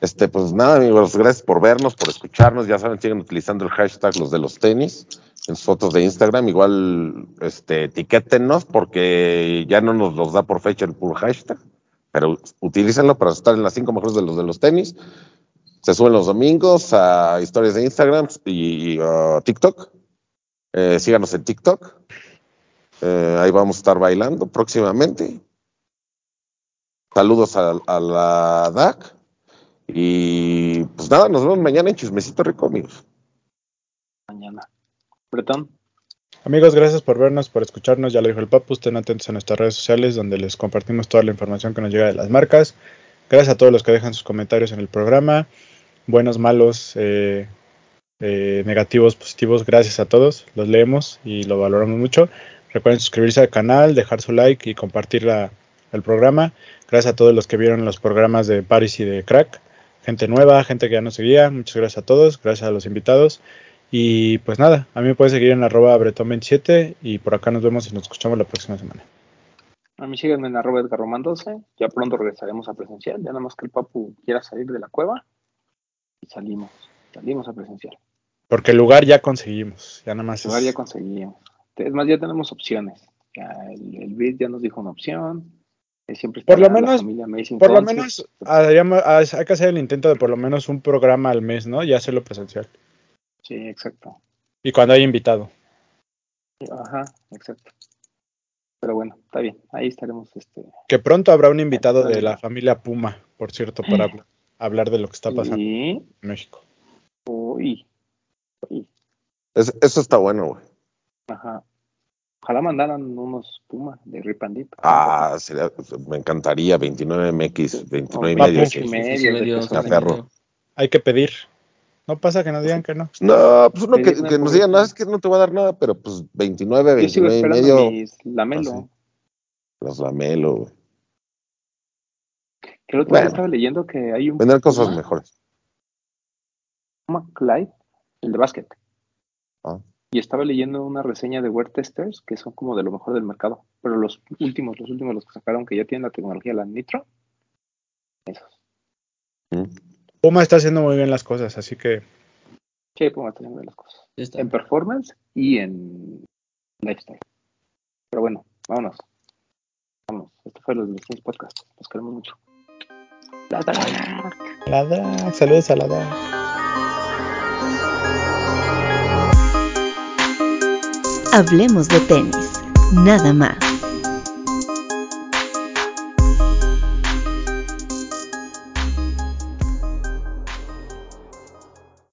C: Este, pues nada, amigos, gracias por vernos, por escucharnos. Ya saben, siguen utilizando el hashtag los de los tenis en sus fotos de Instagram. Igual, este, etiquétenos porque ya no nos los da por fecha el puro hashtag, pero utilícenlo para estar en las cinco mejores de los de los tenis. Se suben los domingos a historias de Instagram y, a TikTok. Eh, síganos en TikTok. Eh, ahí vamos a estar bailando próximamente. Saludos a, a la DAC. Y pues nada, nos vemos mañana en Chismecito Rico, amigos.
B: mañana. Bretón,
E: Amigos, gracias por vernos, por escucharnos. Ya lo dijo el Papu, estén atentos a nuestras redes sociales donde les compartimos toda la información que nos llega de las marcas. Gracias a todos los que dejan sus comentarios en el programa. Buenos, malos, eh, eh, negativos, positivos. Gracias a todos. Los leemos y lo valoramos mucho. Recuerden suscribirse al canal, dejar su like y compartir la- el programa. Gracias a todos los que vieron los programas de Paris y de Crack. Gente nueva, gente que ya nos seguía. Muchas gracias a todos. Gracias a los invitados. Y pues nada, a mí me pueden seguir en arroba bretón27 y por acá nos vemos y nos escuchamos la próxima semana.
B: a mí síganme en arroba Edgar Román 12. Ya pronto regresaremos a presencial. Ya nada más que el Papu quiera salir de la cueva. salimos, salimos a presencial.
E: Porque el lugar ya conseguimos, ya nada más
B: Ahora ya
E: es...
B: conseguimos. Es más, ya tenemos opciones. Ya el, el BID ya nos dijo una opción. eh, Siempre
E: Por lo
B: estará la
E: menos-
B: familia Amazing
E: Por lo
B: Concept.
E: menos haríamos- hay que hacer el intento de por lo menos un programa al mes, ¿no? Y hacerlo presencial.
B: Sí, exacto.
E: Y cuando hay invitado.
B: Ajá, exacto. Pero bueno, está bien. Ahí estaremos. Este,
E: Que pronto habrá un invitado de la familia Puma, por cierto, para habl- hablar de lo que está pasando
B: y-
E: en México.
B: uy, uy,
C: Es- eso está bueno, güey.
B: ajá. Ojalá mandaran unos Puma de Ripandip.
C: Ah, sería- me encantaría 29MX, 29 y
E: Papu.
C: medio.
B: Sí,
C: sí.
B: medio,
D: sí,
B: de
D: medio,
B: que
D: sí,
B: son-
C: me aferro.
E: Hay que pedir. No pasa que nos digan que no.
C: No, pues uno que,
B: Sí,
C: que nos diga, no, es que no te voy a dar nada, pero pues 29,
B: Yo sigo
C: 29 y
B: esperando
C: medio,
B: mis lamelo.
C: Ah, los lamelo, güey.
B: Que el otro día
C: Bueno.
B: estaba leyendo que hay un
C: Vender cosas
B: Puma-
C: mejores.
B: Puma Clyde, el de básquet.
C: Ah.
B: Y estaba leyendo una reseña de Wear Testers que son como de lo mejor del mercado. Pero los últimos, los últimos, los que sacaron que ya tienen la tecnología, la Nitro, esos.
C: Mm.
E: Puma está haciendo muy bien las cosas, así que
B: Sí, Puma está haciendo las cosas.
D: Ya está.
B: En performance y en lifestyle. Pero bueno, vámonos. Vámonos. Esto fue los Disney Podcast. Los queremos mucho. La, la, la.
E: La DAC, saludos a la DAC.
A: Hablemos de tenis, nada más.